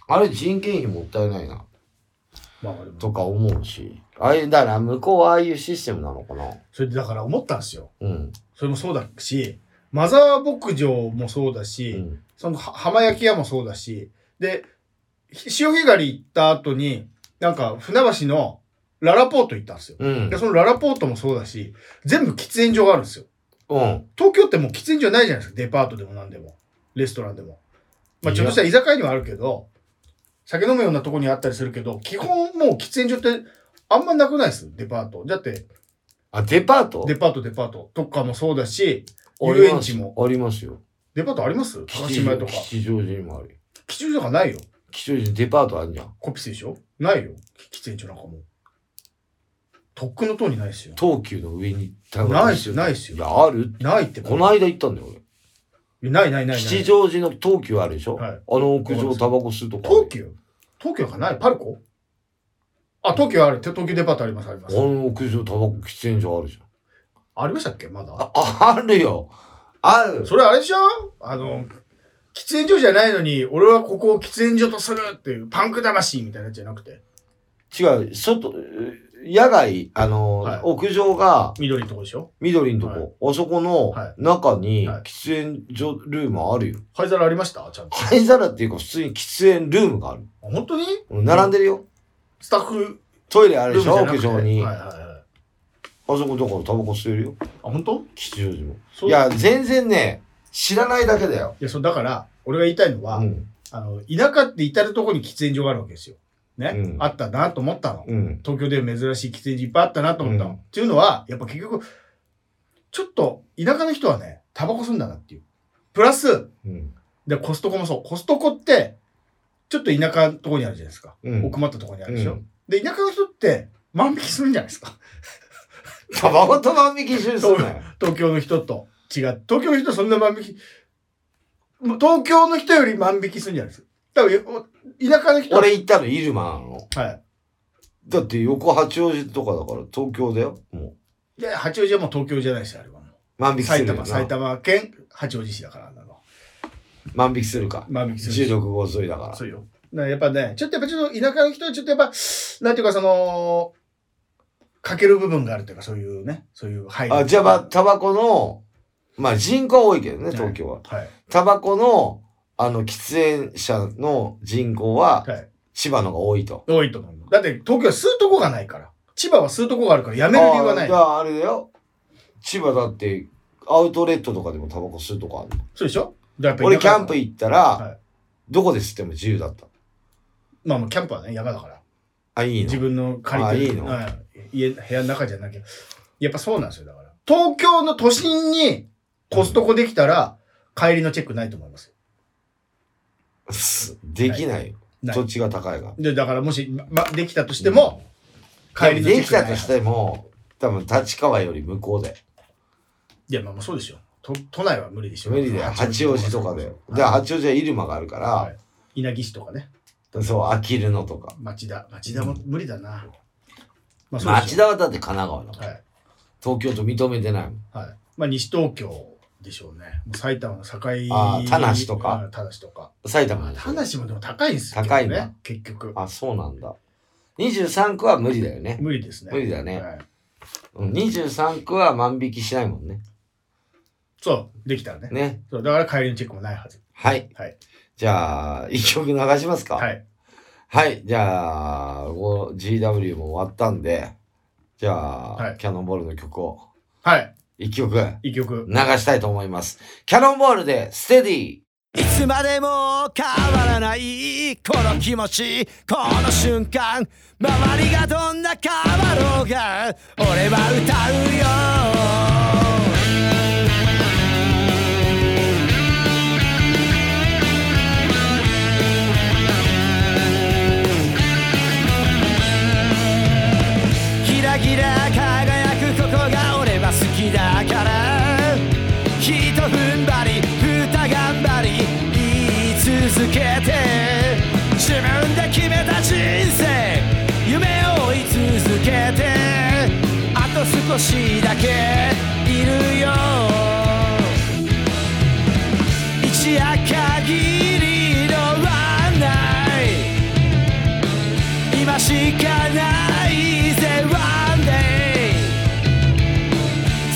あれ人件費もったいないな、まあでもとか思うし。ああいう、だから向こうはああいうシステムなのかな。それでだから思ったんですよ。うん。それもそうだし、マザー牧場もそうだし、うんそのは浜焼き屋もそうだし、で、ひ潮干狩り行った後に、なんか船橋のララポート行ったんですよ。うんで、。そのララポートもそうだし、全部喫煙所があるんですよ。うん。東京ってもう喫煙所ないじゃないですか。デパートでも何でも。レストランでも。まあ、いちやょっとした居酒屋にはあるけど、酒飲むようなとこにあったりするけど、基本もう喫煙所ってあんまなくないですデパート。だって、あ、デパートデパート、デパートとかもそうだし、あり遊園ます地も。ありますよ。デパートあります高島屋とか。吉祥寺にもあるよ。吉祥寺とかないよ。吉祥寺にデパートあるじゃん。コピスでしょないよ。喫煙所なんかもう。とっくの塔にないですよ。東急の上にないっすよないっすよいや、あるないってこの間行ったんだよ、ないないないな俺。い。吉祥寺の東急あるでしょ、はいあの屋上タバコ吸うとこあ東る。急東急なんかないパルコあ、東急ある。て東急デパートあります、ありまあす。の屋上タバコ喫煙所あるじゃん。ありましたっけまだ。あ、あるよ。ある。それあれでしょあの、喫煙所じゃないのに、俺はここを喫煙所とするっていう、パンク魂みたいなやつじゃなくて、違う、外、野外、あの、はい屋上が緑のとこでしょ緑のとこ、あそこのはい中にはい喫煙所ルームあるよ。灰皿ありましたちゃんと。灰皿っていうか普通に喫煙ルームがある。本当に並んでるよ。スタッフトイレあるルームでじしょゃ屋なくて。上に。はいはいはい。あ、あそこだからタバコ吸えるよ。本当吉祥寺も。そういや、全然ね、知らないだけだよ。いや、そう、だから、俺が言いたいのは、うん。あの、田舎って至るとこに喫煙所があるわけですよ。ね、うんあったなと思ったの。うん。東京では珍しい喫煙所いっぱいあったなと思ったの。うんっていうのは、やっぱ結局、ちょっと田舎の人はね、タバコ吸うんだなっていう。プラス、うん。で、コストコもそう。コストコって、ちょっと田舎のとこにあるじゃないですか。うん奥まったとこにあるでしょ。うんで、田舎の人って万引きするんじゃないですか。 タバコと万引き一緒にすんなよ。東京の人と違う。東京の人はそんな万引き、もう東京の人より万引きするんじゃないですか。多分、お田舎の人は、俺行ったのイルマなの。はい。だって横八王子とかだから東京だよ。もう。いや、八王子はもう東京じゃないですよ、あれはも万引う。きす埼るよな玉、埼玉県八王子市だから、あんなの。万引きするか。万引きするし。 16号沿いだから。そうよ。だからやっぱね、ちょっとやっぱちょっと田舎の人はちょっとやっぱ、なんていうかその、欠ける部分があるというか、そういうね、そういう配慮あ、じゃあ、ま、タバコの、まあ人口は多いけどね、東京は。はい。タバコの、あの、喫煙者の人口ははい。千葉のが多いと。多いと思う。だって東京は吸うとこがないから。千葉は吸うとこがあるから、やあめる理由はなーいじゃ。ああれだよ。千葉だって、アウトレットとかでもタバコ吸うとこある。そうでしょだからや俺っキャぱン田舎だからプ行ったら、はいどこで吸っても自由だった。まあまあ、キャンプはね、山だから。あ、いい自の分の借りてあいいるのはい家部屋の中じゃなきゃやっぱそうなんですよだから東京の都心にコストコできたら帰りのチェックないと思いますよ できないよ。ない土地が高いが。でだからもし、ま、できたとしても、帰りのチェでッきクないたとしても、多分立川より向こうで。いやまあまあそうですよ都都内は無理でしょ無理で八王子とかで。で、はい八王子は入間があるから、はい稲城市とかねそう、あきるのとか。町田町田も無理だな、まそうで町すよ田はだって神奈川だもん。はい東京都認めてないもん。はいまあ西東京でしょうねもう埼玉の境あー田無とかあー田無とか埼玉でし田ょ無もでも高いんですけどね高いんだ結局あ、そうなんだ。23区は無理だよね。無理ですね無理だねはいうん23区は万引きしないもんね。そうできたらねね。そうだから帰りのチェックもないはずはい。はいじゃあ、一曲流しますか。。はいいはい。じゃあ、ご GW も終わったんで、じゃあ、はいキャノンボールの曲をはい一曲一曲流したいと思います。キャノンボールでステディいつまでも変わらないこの気持ちこの瞬間周りがどんな変わろうが俺は歌うよギラギラ輝くここが俺は好きだからひと踏ん張りふた頑張り言い続けて自分で決めた人生夢を追い続けてあと少しだけいるよ一夜限りのワンナイト今しかないぜワンデイ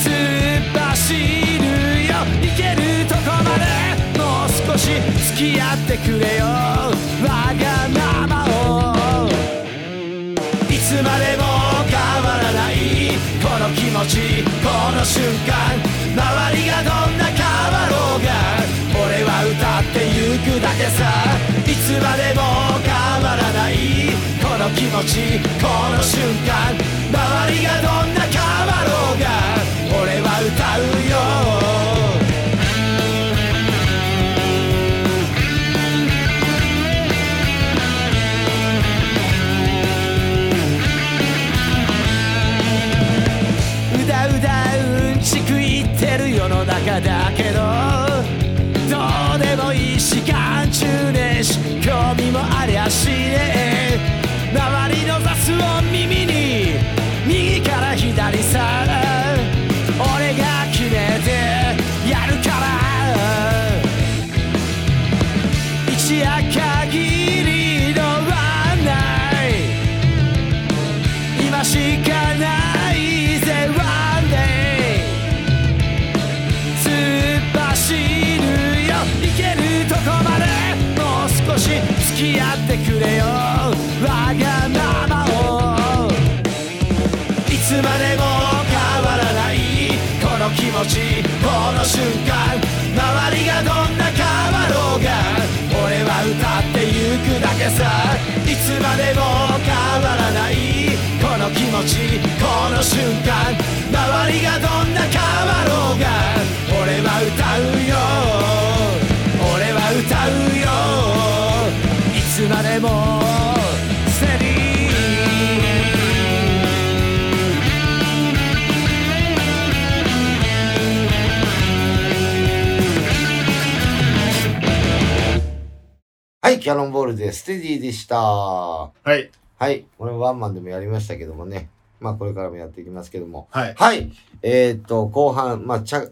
突っ走るよ行けるとこまでもう少し付き合ってくれよわがままをいつまでも変わらないこの気持ちこの瞬間周りがどんな変わろうが俺は歌ってゆくだけさいつまでも変わらないこの気持ちこの瞬間周りがどんな変わろうが俺は歌うようだうだうんちく言ってる世の中だけどどうでもいいし眼中ねえし興味もありゃしねえ周りの雑音耳に右から左さ俺が決めてやるから一夜限りのワンナイト今しかないぜワンデイ突っ走るよ行けるとこまでもう少し付き合ってくれよわがままをいつまでも変わらないこの気持ちこの瞬間周りがどんな変わろうが俺は歌ってゆくだけさいつまでも変わらないこの気持ちこの瞬間周りがどんな変わろうが俺は歌うよ俺は歌うよいつまでもステディはい、キャノンボールでステディでした。ははいい、これワンマンでもやりましたけどもね。まあこれからもやっていきますけども。はいはい、えーっと、後半、まあ、ちゃ、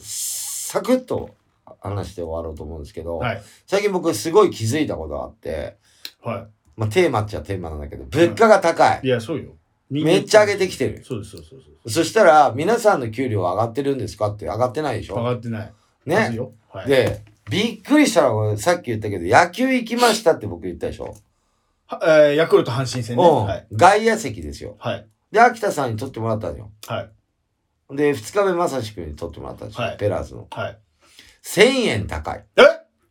サクッと話して終わろうと思うんですけど、はい最近僕すごい気づいたことがあって、はまあテーマっちゃテーマなんだけど、物価が高いい。いやそうよめっちゃ上げてきてるそうですそうですそうですそしたら、皆さんの給料上がってるんですかって上がってないでし上ょがってないはずね。よはいで、びっくりしたのは、さっき言ったけど、野球行きましたって僕言ったでしょ、はえーヤクルト阪神戦ねうん、はい外野席ですよ。はいで、秋田さんに取ってもらったのよ。はいで、二日目、まさしくんに取ってもらったんですよ。はいペラーズの。はい1000円高い。え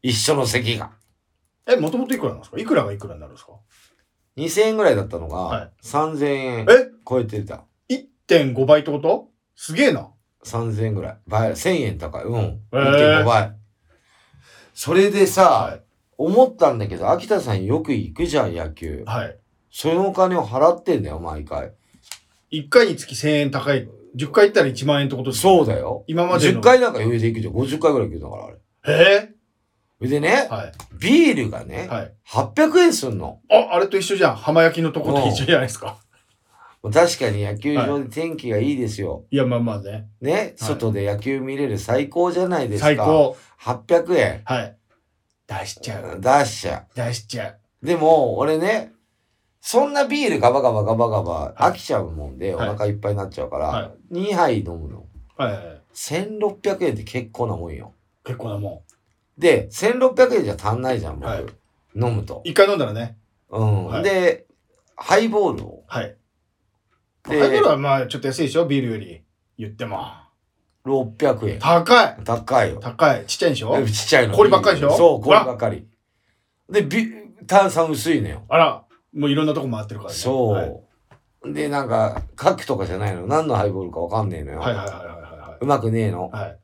一緒の席が。え、もともといくらなんですかいくらがいくらになるんですか2000円ぐらいだったのはが、3000円え超えてた。 1.5倍ってことすげえな。 3000円ぐらい。倍、1000円高い。うん。えー1.5倍。それでさ、は思ったんだけど、秋田さんよく行くじゃん、野球い。。はい。そのお金を払ってんだよ、毎回。 1回につき1000円高い。10回行ったら1万円ってことですそうだ。だよ。今までの。 10回なんか余裕で行くじゃん。50回ぐらい行くんだから、あれ。えそれでねー、、はい。ビールがね、はい。 800円すんの。あ、あれと一緒じゃん。浜焼きのとこと一緒じゃないですか。確かに野球場で天気がいいですよ。いや、まあまあね。ね、外で野球見れる最高じゃないですか。最。高。 800円はい。出しちゃう。出しちゃ出しちゃう。でも、俺ね、そんなビールガバガバガバガバ飽きちゃうもんで、はいお腹いっぱいになっちゃうから、は2杯飲むの。う。はいはいはい。 1600円って結構なもんよ。結構なもで、1600円じゃ足んないじゃん、僕。はい飲むとん。。一回飲んだらね。うん。はいで、ハイボールを。はい。でハイボールはまあちょっと安いでしょビールより。言っても。 600円。高い高いよ。高い。ちっちゃいんでしょちっちゃいの。氷ばっかりでしょそう、氷ばっかり。で、ビ炭酸薄いのよ。あら、もういろんなとこ回ってるからね。そう。はいで、なんか、カクとかじゃないの。何のハイボールかわかんねえのよ。はいはいはいはうまくねえの。いはい。はい。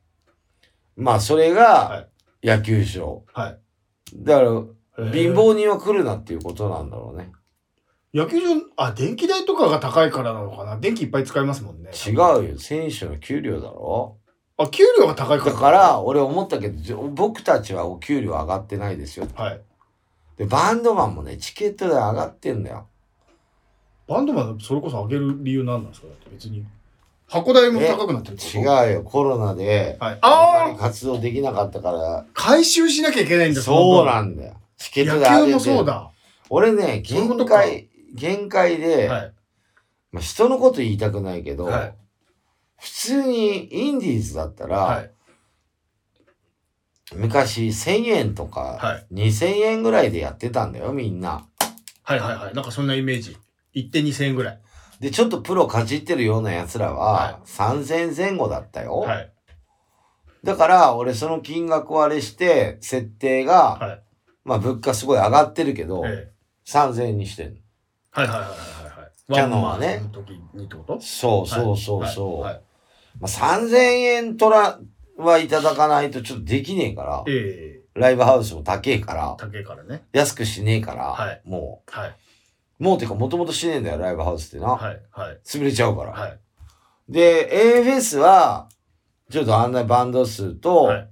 まあ、それが、野球場。はいだから、えー貧乏人は来るなっていうことなんだろうね。野球場、あ、電気代とかが高いからなのかな電気いっぱい使いますもんね。違うよ。選手の給料だろ。あ、給料が高いかだら。から、俺思ったけどじょ、僕たちはお給料上がってないですよ。はい。で、バンドマンもね、チケットで上がってんだよ。バンドマン、それこそ上げる理由なんなんですかだって別に。箱代も高くなってるってこと違うよ。コロナで、はい。あんまありあ活動できなかったから、回収しなきゃいけないんだそうだ。なんだよ。チケットで上げ野て球もそうだ。俺ね、そういうこ限とか界、限界で、はい。まあ、人のこと言いたくないけど、はい。普通にインディーズだったら、はい。昔1000円とはかい2000円ぐらいでやってたんだよ、みんな。はいはいはい。なんかそんなイメージ。1点2000円ぐらい。で、ちょっとプロかじってるような奴らはは、3000円前後だったよ。はい。だから、俺その金額をあれして、設定が、はいまあ物価すごい上がってるけど、ええ3000円にしてんの。はいはいはいはいはい。キャノンはねワンマンの時にってことそうそうそうそう。はいはいまあ、3000円取ら、はいただかないとちょっとできねえから、ええライブハウスも高えから、高いからね。安くしねえから、はいもはい。う、もうてかもともとしねえんだよ、ライブハウスってな。はい。はい。潰れちゃうから。はい。で、AFS は、ちょっとあんなバンド数と、はい。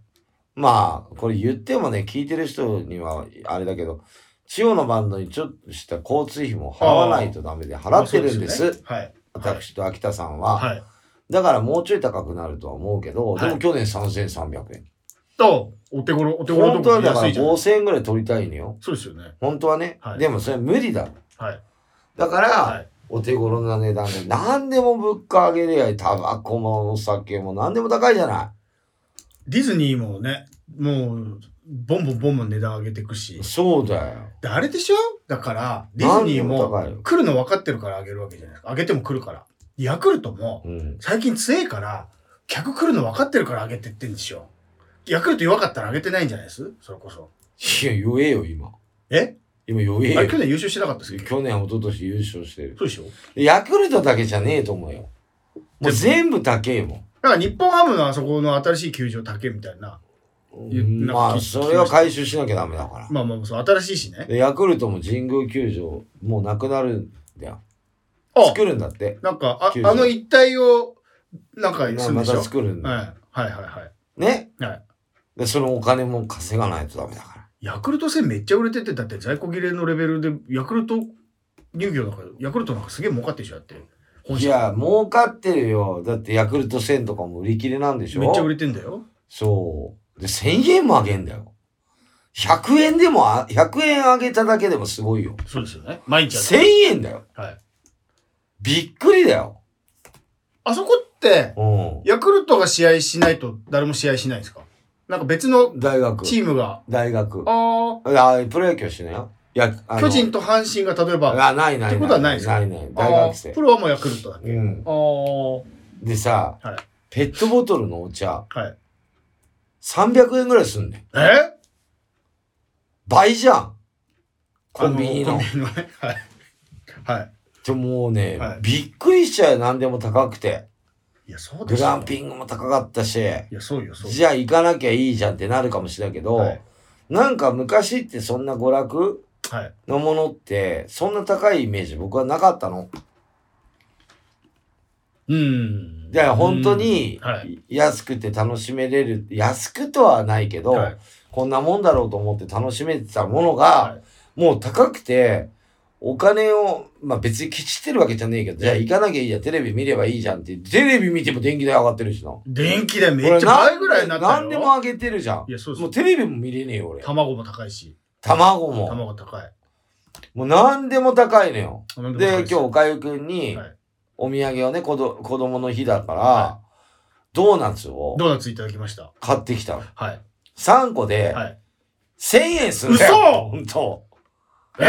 まあ、これ言ってもね、聞いてる人にはあれだけど、地方のバンドにちょっとした交通費も払わないとダメで、払ってるんです。そうよねはい。私と秋田さんは。はい。だからもうちょい高くなるとは思うけど、はいでも去年3300円。と、お手頃、お手頃本と当こはだから安いじゃん。 5000円ぐらい取りたいのよ。そうですよね。本当はね。はいでもそれ無理だろ。はい。だから、はい。お手頃な値段で、何でも物価上げりゃいい、タバコもお酒も何でも高いじゃなディズニーもね、もう、ボンボンボンボン値段上げていくしい。。そうだよ。であれでしょだから、ディズニ何ーでもも高いよ来るの分かってるから上げるわけじゃないですか。上げても来るから。ヤクルトもう、ん。最近強いから、客来るの分かってるから上げてってんでしょ。ヤクルト弱かったら上げてないんじゃないですそれこそ。いや、弱えよ、今。え今弱えあよれ。去年優勝してなかったですけど。去年、一昨年優勝してる。そうでしょでヤクルトだけじゃねえと思うよ。もう全部高えもん。だから日本ハムのあそこの新しい球場竹みたいな。言ってなんかま聞あ、きそれは回収しなきゃダメだから。まあまあまあそう、新しいしね。でヤクルトも神宮球場、もうなくなるんだよ。あ、作るんだって。なんか、あ球場あの一帯を、なんかますあるんまでしょ、た作るんだ。はいはいはいはい。ね、はいで、そのお金も稼がないとダメだから。ヤクルト戦めっちゃ売れてて、だって在庫切れのレベルで、ヤクルト乳業なんか、ヤクルトなんかすげえ儲かってるじゃんだって。本いや、儲かってるよ。だってヤクルト1000とかも売り切れなんでしょめっちゃ売れてんだよ。そう。で、1000円もあげんだよ。100円でもあ、100円あげただけでもすごいよ。そうですよね。毎日やって1000円だよ。はい。びっくりだよ。あそこって、うヤクルトが試合しないと誰も試合しないんですかなんか別のん。大学。チームが、大学。ああ、プロ野球はしないよ。いや、あ、あ巨の人と阪神が例えば、あ、ないないない。ってことはないですかないない。大学あー生プ。ロはもうヤクルトだけ。うん。ああ、はでさ、はいペットボトルのお茶、い。 300円ぐらいすんねん。え倍じゃん。コンビニの。コンビニのね。はい。はい。ちょ、もうね、はいびっくりしちゃうよ、何でも高くて。いや、そうでグすよランピングも高かったし、いや、そうよ、そうよ。じゃあ行かなきゃいいじゃんってなるかもしれないけど、はいなんか昔ってそんな娯楽はい。のものって、そんな高いイメージ僕はなかったの。うんいや、本当にうんはい。安くて楽しめれる。安くとはないけど、はいこんなもんだろうと思って楽しめてたものが、はいもう高くて、お金を、まあ別にケチってるわけじゃねえけど、じゃあ行かなきゃいいじゃん、テレビ見ればいいじゃんって、テレビ見ても電気代上がってるしな。電気代めっちゃ倍ぐらいになったよ。何でも上げてるじゃんい。や、そうですもう。テレビも見れねえよ、俺。卵も高いし。卵も。卵高い。もう何でも高いのよ。何も高でい、す今日、おかゆくんにはい、お土産をね、子ど子供の日だから、はドーナツをドーナツいただきました。買ってきたの。はい。 3個で、はい。 1000円するんだ嘘よ。本当。え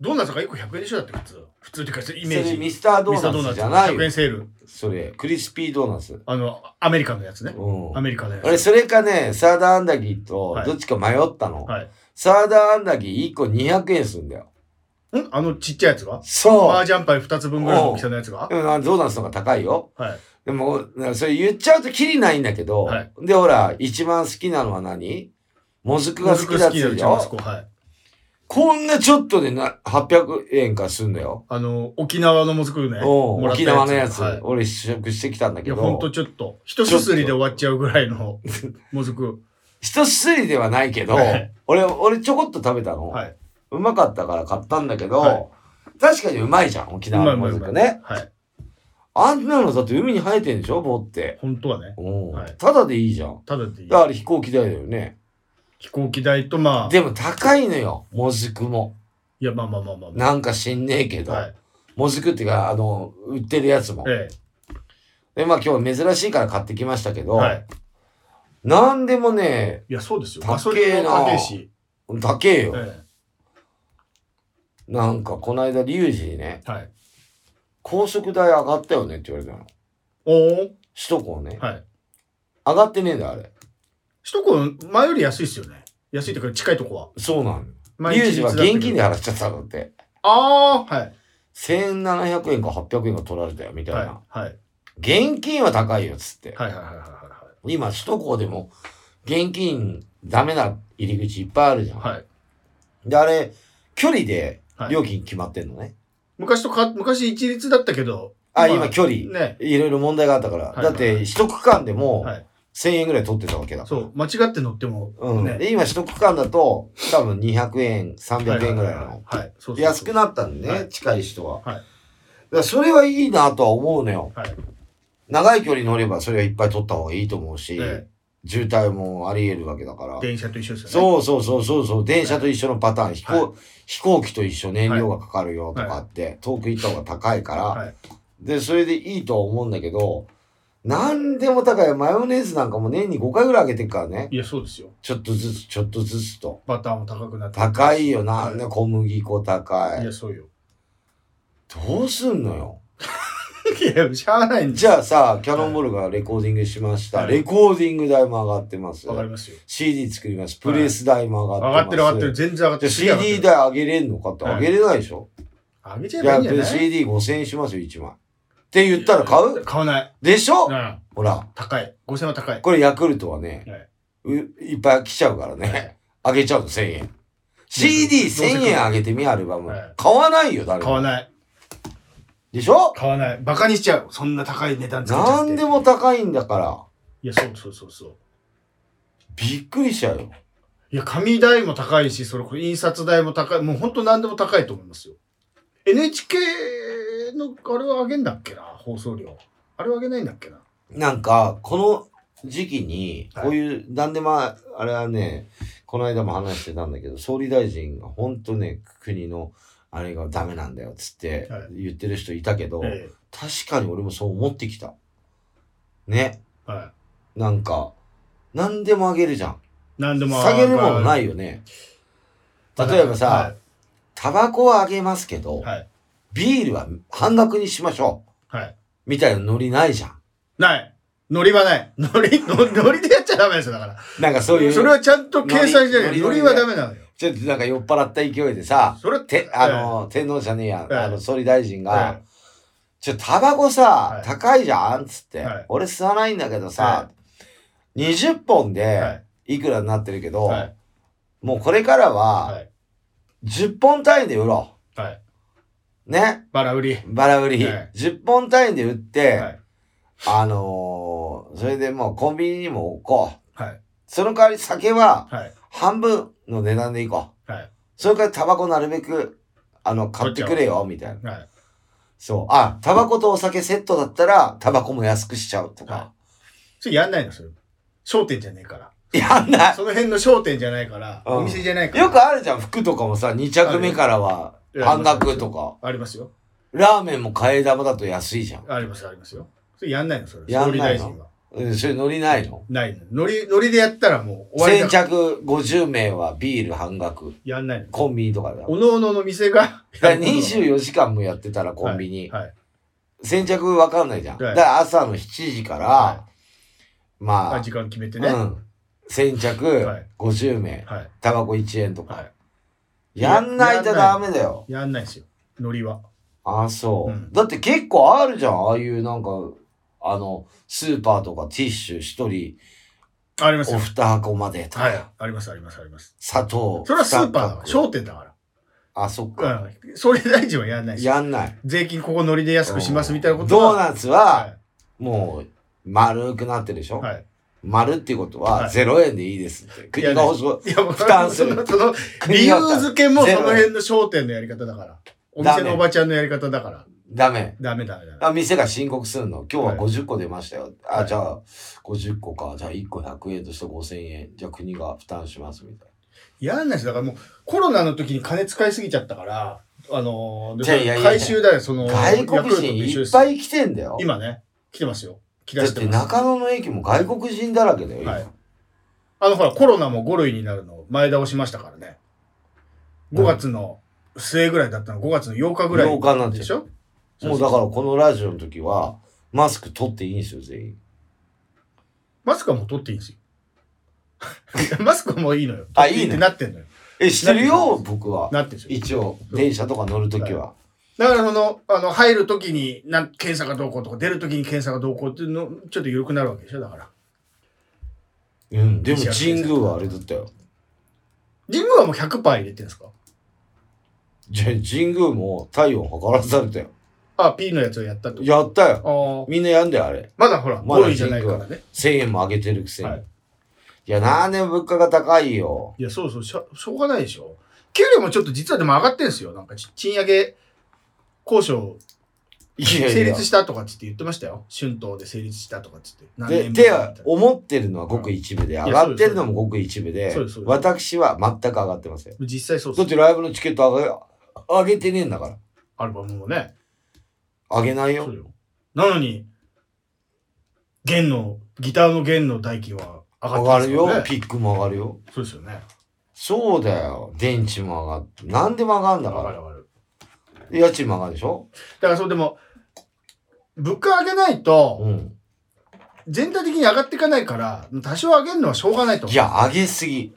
ドーナツが1個100円でしょだって普通。普通ってか、イそメれージ。ミスタードミスターーナツじゃない100よ円。セール。それ、クリスピードーナツ。あの、アメリカのやつね。うんア。メリカのやつ。俺、それかね、サーダーアンダギーとは、いどっちか迷ったの。はい。サーダーアンダギー1個200円するんだよ。んあのちっちゃいやつがそマーう。ジャンパイ2つ分ぐらいの大きさのやつがでもな、ドーナツの方が高いよ。はい。でも、なそれ言っちゃうとキリないんだけど、はいで、ほら、一番好きなのは何もずくが好きだって好きな言ううちじの息ゃ子。はい。こんなちょっとでな800円かすんだよ。あの、沖縄のもずくね。おうもらった沖縄のやつ、はい俺試食してきたんだいけや、ほんとど、ちょっと、一すすりで終わっちゃうぐらいのもずく。一すすりではないけどはい、俺、俺ちょこっと食べたの。はい。うまかったから買ったんだけど、はい確かにうま いじゃん、沖うま縄のいうもまいずうまくい。ね。はい。あんなのだって海に生えてんでしょ、棒って。本当はね。うんはいただでいいじゃん。ただでいいだ。から飛行機代だよね。飛行機代とまあ、でも高いのよ、もずくも。いや、まあまあまあまあまなんか知んねえけあ。ど。はい。もずくっていうか、あの、売ってるやつも。えで、まあ今日珍しいから買ってきましたけえ。ど、はい。なんでもね、いや、そうですよ。高えなガソリンも高いし。高えよ。えなんかこの間、リュウジにね、え。はい。高速代上がったよねって言われたの。おお。首都高ね。はい。上がってねえんだよ、あれ。首都高、前より安いっすよね。安いというか、近いとこは。そうなのよ。前リュウジは現金であ払っちゃったんだって。あー、はい。 1700円か800円が取られたよ、みたいはな。い。はい。現金は高いよ、つって。はいはいはいはいは今、首都高でも、現金ダメな入り口いっぱいあるじゃん。い。はい。で、あれ、距離ではい料金決まってんのね。昔とか、昔一律だったけど。あ、ま今、距離。ね。いろいろ問題があったから。はいだって、一区間でもはい。 1000円ぐらい取ってたわけだから。そう。間違って乗っても。うん。ねで、今、一区間だと、多分200円、300円ぐらいの。はい。はいそうそうそう安くなったんでね、はい近い人は。はいだからそれはいいなとは思うのよ。はい長い距離乗ればそれはいっぱい取った方がいいと思うし、え渋滞もあり得るわけだからえ。電車と一緒ですよね。そうそうそうそうそう、電車と一緒のパターン、飛行飛行機と一緒燃料がかかるよとかって、遠く行った方が高いから、はいで、それでいいとは思うんだけど、なんでも高い。マヨネーズなんかも年に5回ぐらい上げてるからね。いや、そうですよ。ちょっとずつ、ちょっとずつと。バターも高くなって。高いよな。はいね小麦粉高いいや、。そうよ。どうすんのよ。いや、しゃあないんですじゃあさ、キャノンボールがレコーディングしました。はいレコーディング代も上がってます。わかりますよ。 CD 作ります。プレス代も上上がっがってます。てる上がってる。全然上がってる。じゃあ CD 代上げれんのかってはい上げれないでしょ、上げちゃえじばいゃいあんじゃない CD5000 円しますよ、1枚。って言ったら買う買わない。でしょうん。ほら、高い。5000は高い。これヤクルトはね、はいういっぱい来ちゃうからね。上げちゃうの、1000円。CD1000 円上げてみ、アルバムはい。買わないよ、誰買わも。ない。でしょ買わない。バカにしちゃう。そんな高い値段つけちゃって。なんでも高いんだから、いや、そうそうそうそう。びっくりしちゃうよ。いや、紙代も高いし、それ、これ印刷代も高い。もう本当何でも高いと思いますよ。NHK の、あれは上げんだっけな、放送料。あれは上げないんだっけな。なんか、この時期に、はいこういう、なんでまあ、あれはね、この間も話してたんだけど、総理大臣が本当ね、国の、あれがダメなんだよ、つっては言ってる人いたけど、え確かに俺もそう思ってきた。ね。え。はい。なんか、何でもあげるじゃん。何でも。下げるものないいよね。例えばさ、タバコはあげますけど、はい。ビールは半額にしましょはい。はい。う。みたいなノリないじゃん。ない。ノリはない。 ノリ、ノリノリでやっちゃダメですよ、だから。なんかそういう。それはちゃんと計算しなノいリノノリリはダメなのよ。ちょっとなんか酔っ払った勢いでさ、それて、あの、天皇じゃねえや、ええあの、総理大臣が、はいちょ、タバコさ、はい高いじゃんっつって、はい俺吸わないんだけどさ、20本はでいいくらになってるけど、はいもうこれからははい10本単位で売ろはい。う。ね。バラ売り。バラ売り。はい10本単位で売って、はい。あのーそれでもうコンビニにも置こう。はい。その代わり酒ははい。半分の値段でいこう。はい。それからタバコなるべく、あの、買ってくれよ、みたいな。はい。そう。あ、タバコとお酒セットだったら、タバコも安くしちゃうとかは。それやんないのそれ。商店じゃねえかやんなら。その辺の商店じゃないから、うんお店じゃないい。から。よくあるじゃん、服とかもさ、2着目からは半額とか。ありますよ。ラーメンも替え玉だと安いじゃん。あります、ありますよ。それやんないのそれ。や総ん理ない大の臣は。うん、それ乗りないのないの。ノリ、ノリでやったらもう終わりだ先から。着50名はビール半額。やんないの。コンビニとかだ。だかおのおのの店が。ら24時間もやってたらコンビニ。はい。先着わかんないじゃん。はいだから朝の7時から、はまああ、時間決めてね。うはん。先着はい50名、い。タバコ1円とか。はやんないとダメだよ。い。やんないですよ。ノリは。ああ、そう、うんだって結構あるじゃん。ああいうなんか、あの、スーパーとかティッシュ1人、ありますおよ。二箱までとか、はい。あります、あります、あります。砂糖。それはスーパ二ーだから、パック商店だかあ、そっか。ら。うん。総理大臣はやんないですよ。やんない。税金ここノリで安くしますみたいなことドーは。ナツは、はもう、丸くなってるでしょ、い。はい。丸っていうことは、はい0円でいいですって。国が欲しい。いや、もう負担すそるの、その、理国が由付けもその辺の商店のやり方だから。お店のおばちゃんのやり方だから。ダメ。ダメダメダメ。あ店が申告するの。今日ははい50個出ましたよ。はあ、いじゃあ、50個か。じゃあ、1個100円として5000円。じゃあ、国が負担しますみたいやんないですだからもう、コロナの時に金使いすぎちゃったから、あのーいやいやいや回収だよ、その、な。外国人いっぱい来てんだよ。今ね、来てますよ。来だだっしててます。中野の駅も外国人だらけだよ。今はいあの、ほら、コロナも5類になるのを前倒しましたからね。5月の末ぐらいだったの、5月の8日ぐら8い日なんででししょ。ょもうだから、このラジオの時は、マスク取っていいんですよ、全員。マスクはもう取ってい いんですよ。マスクはもういいのよ。あいいねってなってんのよ。え、してるよ、僕は。なってんですよ。一応、電車とか乗る時は。だからその、あの、入るときになん、検査がどうこうとか、出るときに検査がどうこうっていうの、ちょっと緩くなるわけでしょ、だから。うん、でも神宮はあれだったよ。神宮はもう100%入れてるんですかじゃあ神宮も体温測らされたよ。あ、P のやつをやったってことやったよ。ああ。みんなやんだよ、あれ。まだほら、まだ5類じゃないからね。 1000円も上げてるくせに。はいい、や、なんで物価が高いよ。いや、そうそうしょ、しょうがないでしょ。給料もちょっと実はでも上がってるんですよ。なんかち、賃上げ交渉いや成いや立。したとかっつって言ってましたよ。春闘で成立したとかっつって。何で、年ぶりでかみたいな、思ってるのはごく一部で、上がってるのもごく一部でそうですそう、です私は全く上がってません。実際そうだそっう。てライブのチケット上げ、上げてねえんだから。アルバムもね。上げないそよう。よ。なのに、弦の、ギターの弦の代金は上上ががってるるんよですよ、ね。。ピックも上がるよ。そうですよね。そうだよ。電池も上がって、何でも上がるんだ上かがるら。上がる。家賃も上がるでしょだからそうでも、物価上げないと、うん。全体的に上がっていかないから、多少上げるのはしょうがないと思。いうや、上げすぎ。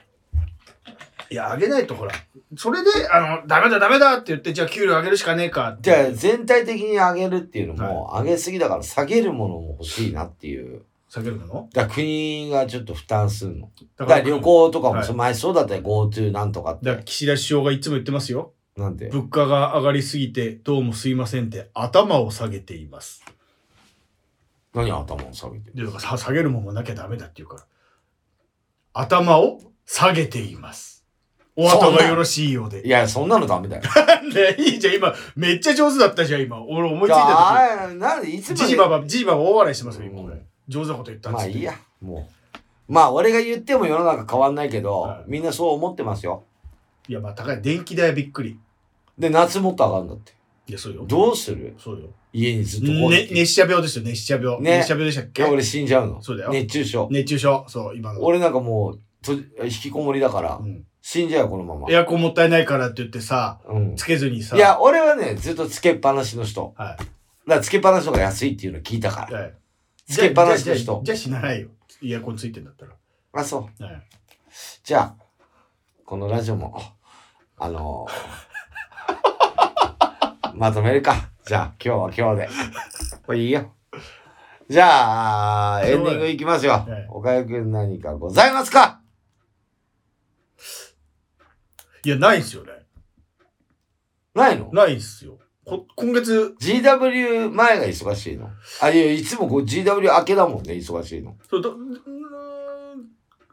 いや、上げないとほら。それで、あの、ダメだダメだって言って、じゃあ給料上げるしかねえかっじて。ゃあ、全体的に上げるっていうのも、上げすぎだから下げるものも欲しいなっていう。下げるのだから国がちょっと負担するの。だだから旅。行とかも、はい前そうだったよ。GoTo なんとかっだからて。岸田首相がいつも言ってますよ。なんで。物価が上がりすぎて、どうもすいませんって、頭を下げています。何頭を下げてる。で、だからさ下げるもんもなきゃダメだって言うから。頭を下げています。お後がよろしいようでい。や、そんなのダメだよ。なんで、いいじゃん、今、めっちゃ上手だったじゃん、今。俺思いついたああ、なんでいつま時。ジジで。ババ、ジジババ大笑いしてますよ、今、うん俺。上手なこと言ったっまつあっていいや、もう。まあ俺が言っても世の中変わんないけど、はいみんなそう思ってますよ。いや、まあ高い。電気代はびっくり。で、夏もっと上がるんだって。いや、そうよ。どうするそうよ。家にずっとこうね、熱射病ですよ、熱射病。ね熱射病でしたっいけや俺死んじゃうの。そうだよ熱中症。熱中症。そう、今の。俺なんかもう、と引きこもりだからう、ん、死んじゃうよ、このまま。エアコンもったいないからって言ってさ、うん。つけずにさ。いや、俺はね、ずっとつけっぱなしの人。はだからつけっぱなしの方が安いっていうの聞いたかい。ら。はい。つけっぱなしのじゃあ人。じゃあじゃあ死なないよ。エアコンついてんだったら。あ、そう。はい。じゃあ、このラジオも、あの ーまとめるか。じゃあ、今日は今日で。これいいよ。じゃあ、エンディングいきますよはい。おかゆくん何かございますかいや、ないっすよね。ないのないっすよ。こ今月、 ?GW 前が忙しいのあ、いや、いつもこう GW 明けだもんね、忙しいの。そうどうーん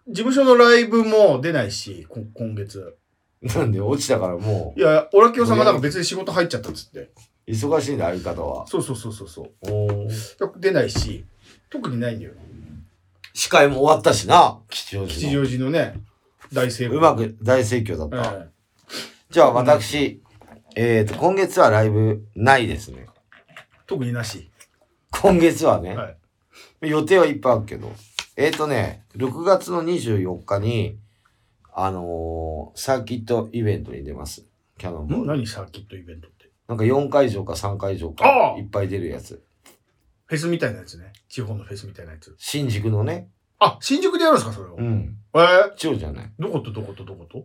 事務所のライブも出ないし、こ今月。なんで落ちたからもいや、オラキオさんがなんか別に仕事入っちゃったっつって。う、忙しいんだ、相方は。そうそうそうそうそう。おー出ないし、特にないんだよ。司会も終わったしな、吉祥吉寺の。祥寺のね、大成功。うまく大盛況だった。はい。じゃあ私、えっ、と、今月はライブないですね。特になし。今月はね、はい。予定はいっぱいあるけど。えっ、とね、6月の24日に、あのーサーキットイベントに出ます。キャノンボーんル何サーキットイベントって。なんか4会場か3会場あかあいっぱい出るやつ。フェスみたいなやつね。地方のフェスみたいなやつ。新宿のね。あ、新宿でやるんですか、それを。うえん。ー、一応じゃない。どことどことどこと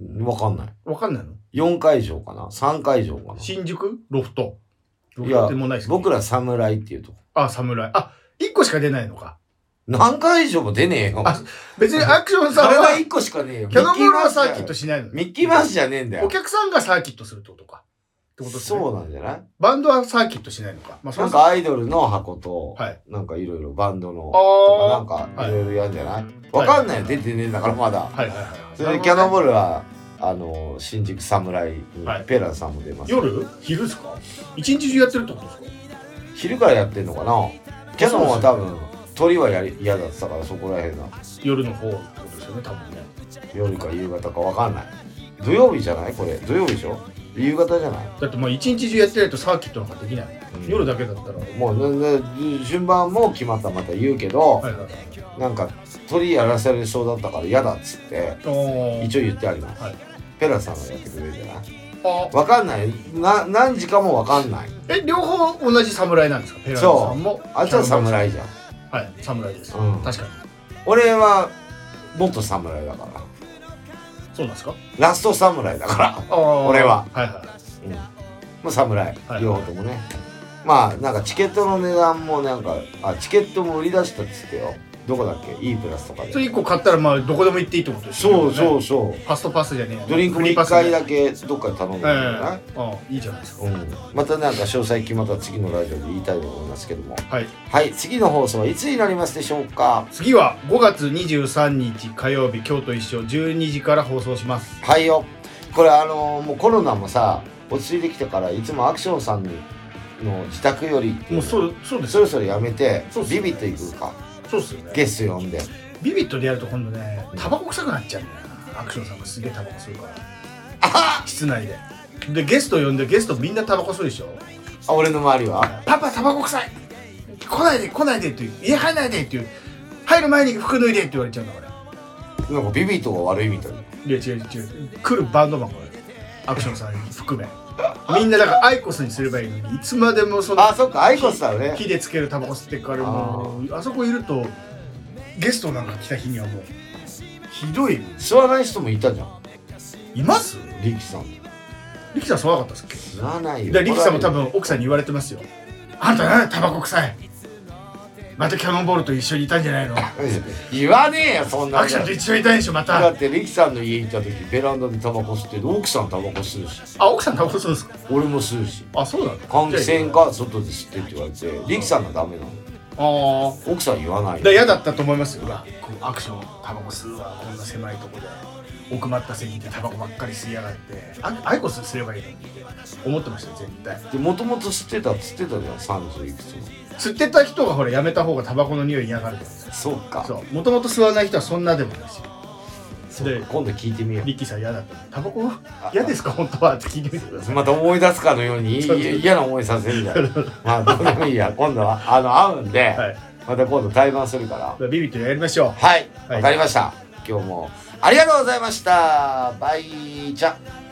うんわかんない。わかんないの4会場かな ?3 会場かな新宿ロフト。ロいフやトでもないですね僕ら侍っていうとこ。あ、侍。あ、一個しか出ないのか。何回以上も出ねえよ。あ別にアクションさそんれはは、 1個しかねえよ。キャノンボールはミッキーマウスだサよーキットしないのね。ミッキーマウスじゃねえんだおよ。客さんがサーキットするってことか。ってことですね。そうなんじゃないバンドはサーキットしないのか。まあ、そなれんはかアイドルの箱と、はいなんかいろいろバンドのあとかなんかはいいろいろやんじゃないいわかんないよ、出てねえんだからまだ。はいはいはい。それでキャノンボーールは、あの、新宿侍にはいペラさんも出ます。夜昼ですか一日中やってるってことですか昼からやってんのかなキャノンは多分、鳥はやり嫌だってたからそこら辺な。夜の方ってことですよね、多分ね。夜か夕方かわかんない。土曜日じゃないこれ。土曜日でしょ夕方じゃないだってまあ一日中やってないとサーキットなんかできない。うん夜だけだったら。はいもうねね順番も決まったらまた言うけど、はいはい。なんか鳥やらされそうだったから嫌だっつっておー一応言ってあります、はいペラさんがやってくれるじゃないあわかんないな何時かもわかんないえ、両方同じ侍なんですかペラーさんも。あいつは侍じゃんはい、侍です。うん確かに。俺は元侍だからそうなんですかラスト侍だからああ俺は。はいはまあ侍、はい両方ともねまあなんかチケットの値段もなんかあチケットも売り出したっつってよどこだっけ E プラスとかい。でそれ1個買ったら、まあ、どこでも行っていいってことです。そうそううそうファストパスじゃねえやドリンクフもリーパ1スじゃ回ねだけどっかで頼んでるんじえゃない、えああいいじゃないですか。うん、またなんか詳細決まったら次のラジオで言いたいと思いますけどもはい。はい次の放送はいつになりますでしょうか次は5月23日火曜日、京都一緒12時から放送します。はいよこれあのーもうコロナもさ落ち着いてきたからいつもアクションさんの自宅よりっていもうそそう、そうですろ。そろやめてそうっすビねビッと行くかそうっすよね。ゲスト呼んでビビットでやると今度ねタバコ臭くなっちゃうんだよなアクションさんがすげえタバコ吸うから室内ででゲスト呼んでゲストみんなタバコ吸うでしょあ俺の周りはパパタバコ臭い来ないで来ないでっていう家入らないでっていう入る前に服脱いでって言われちゃうんだからなんかビビッとが悪いみたいないや違う違う違う来るバンドマンこれアクションさん含めみんなだからアイコスにすればいいのにいつまでもそのあそっかアイコスだよね火でつけるタバコ吸ってっからもうあそこいるとゲストなんか来た日にはもうひどい吸わない人もいたじゃんいますリキさん力さんそうなかったっすっけ吸わないよでリキさんも多怒られる分奥さんに言われてますよあんた何でタバコ臭いまたキャノンボールと一緒にいたんじゃないのア言わねえよそんなのクションと一緒にいたでしょまだたってリキさんの家行った時ベランダでタバコ吸ってる奥さんタバコ吸うしあ奥さんタバコ吸うんですか俺も吸うしあそうなの換気扇か外で吸ってって言われてリキさんがダメなのあ奥さん言わなあいで嫌だったと思いますようわこうアクションタバコ吸うわこんな狭いとこで奥まった席でタバコばっかり吸いやがってあアイコスすればいいのにって思ってましたよ絶対でもともと吸ってたっつってたじゃん30いくつも吸ってた人がほらやめた方がタバコの匂い嫌がるじゃないですかそうかそうもともと吸わない人はそんなでもないしそうかで今度聞いてみよリッキーさん嫌だったのタバコ嫌ですか本当はって聞いてみてくだうさいまた思い出すかのようにいそうそうい嫌な思いさせるじゃんまあどうでもいいや今度はあの会うんで、はいまた今度対バンするからではビビットやりましょうはいはいわかりました今日もありがとうございましたバイじゃあ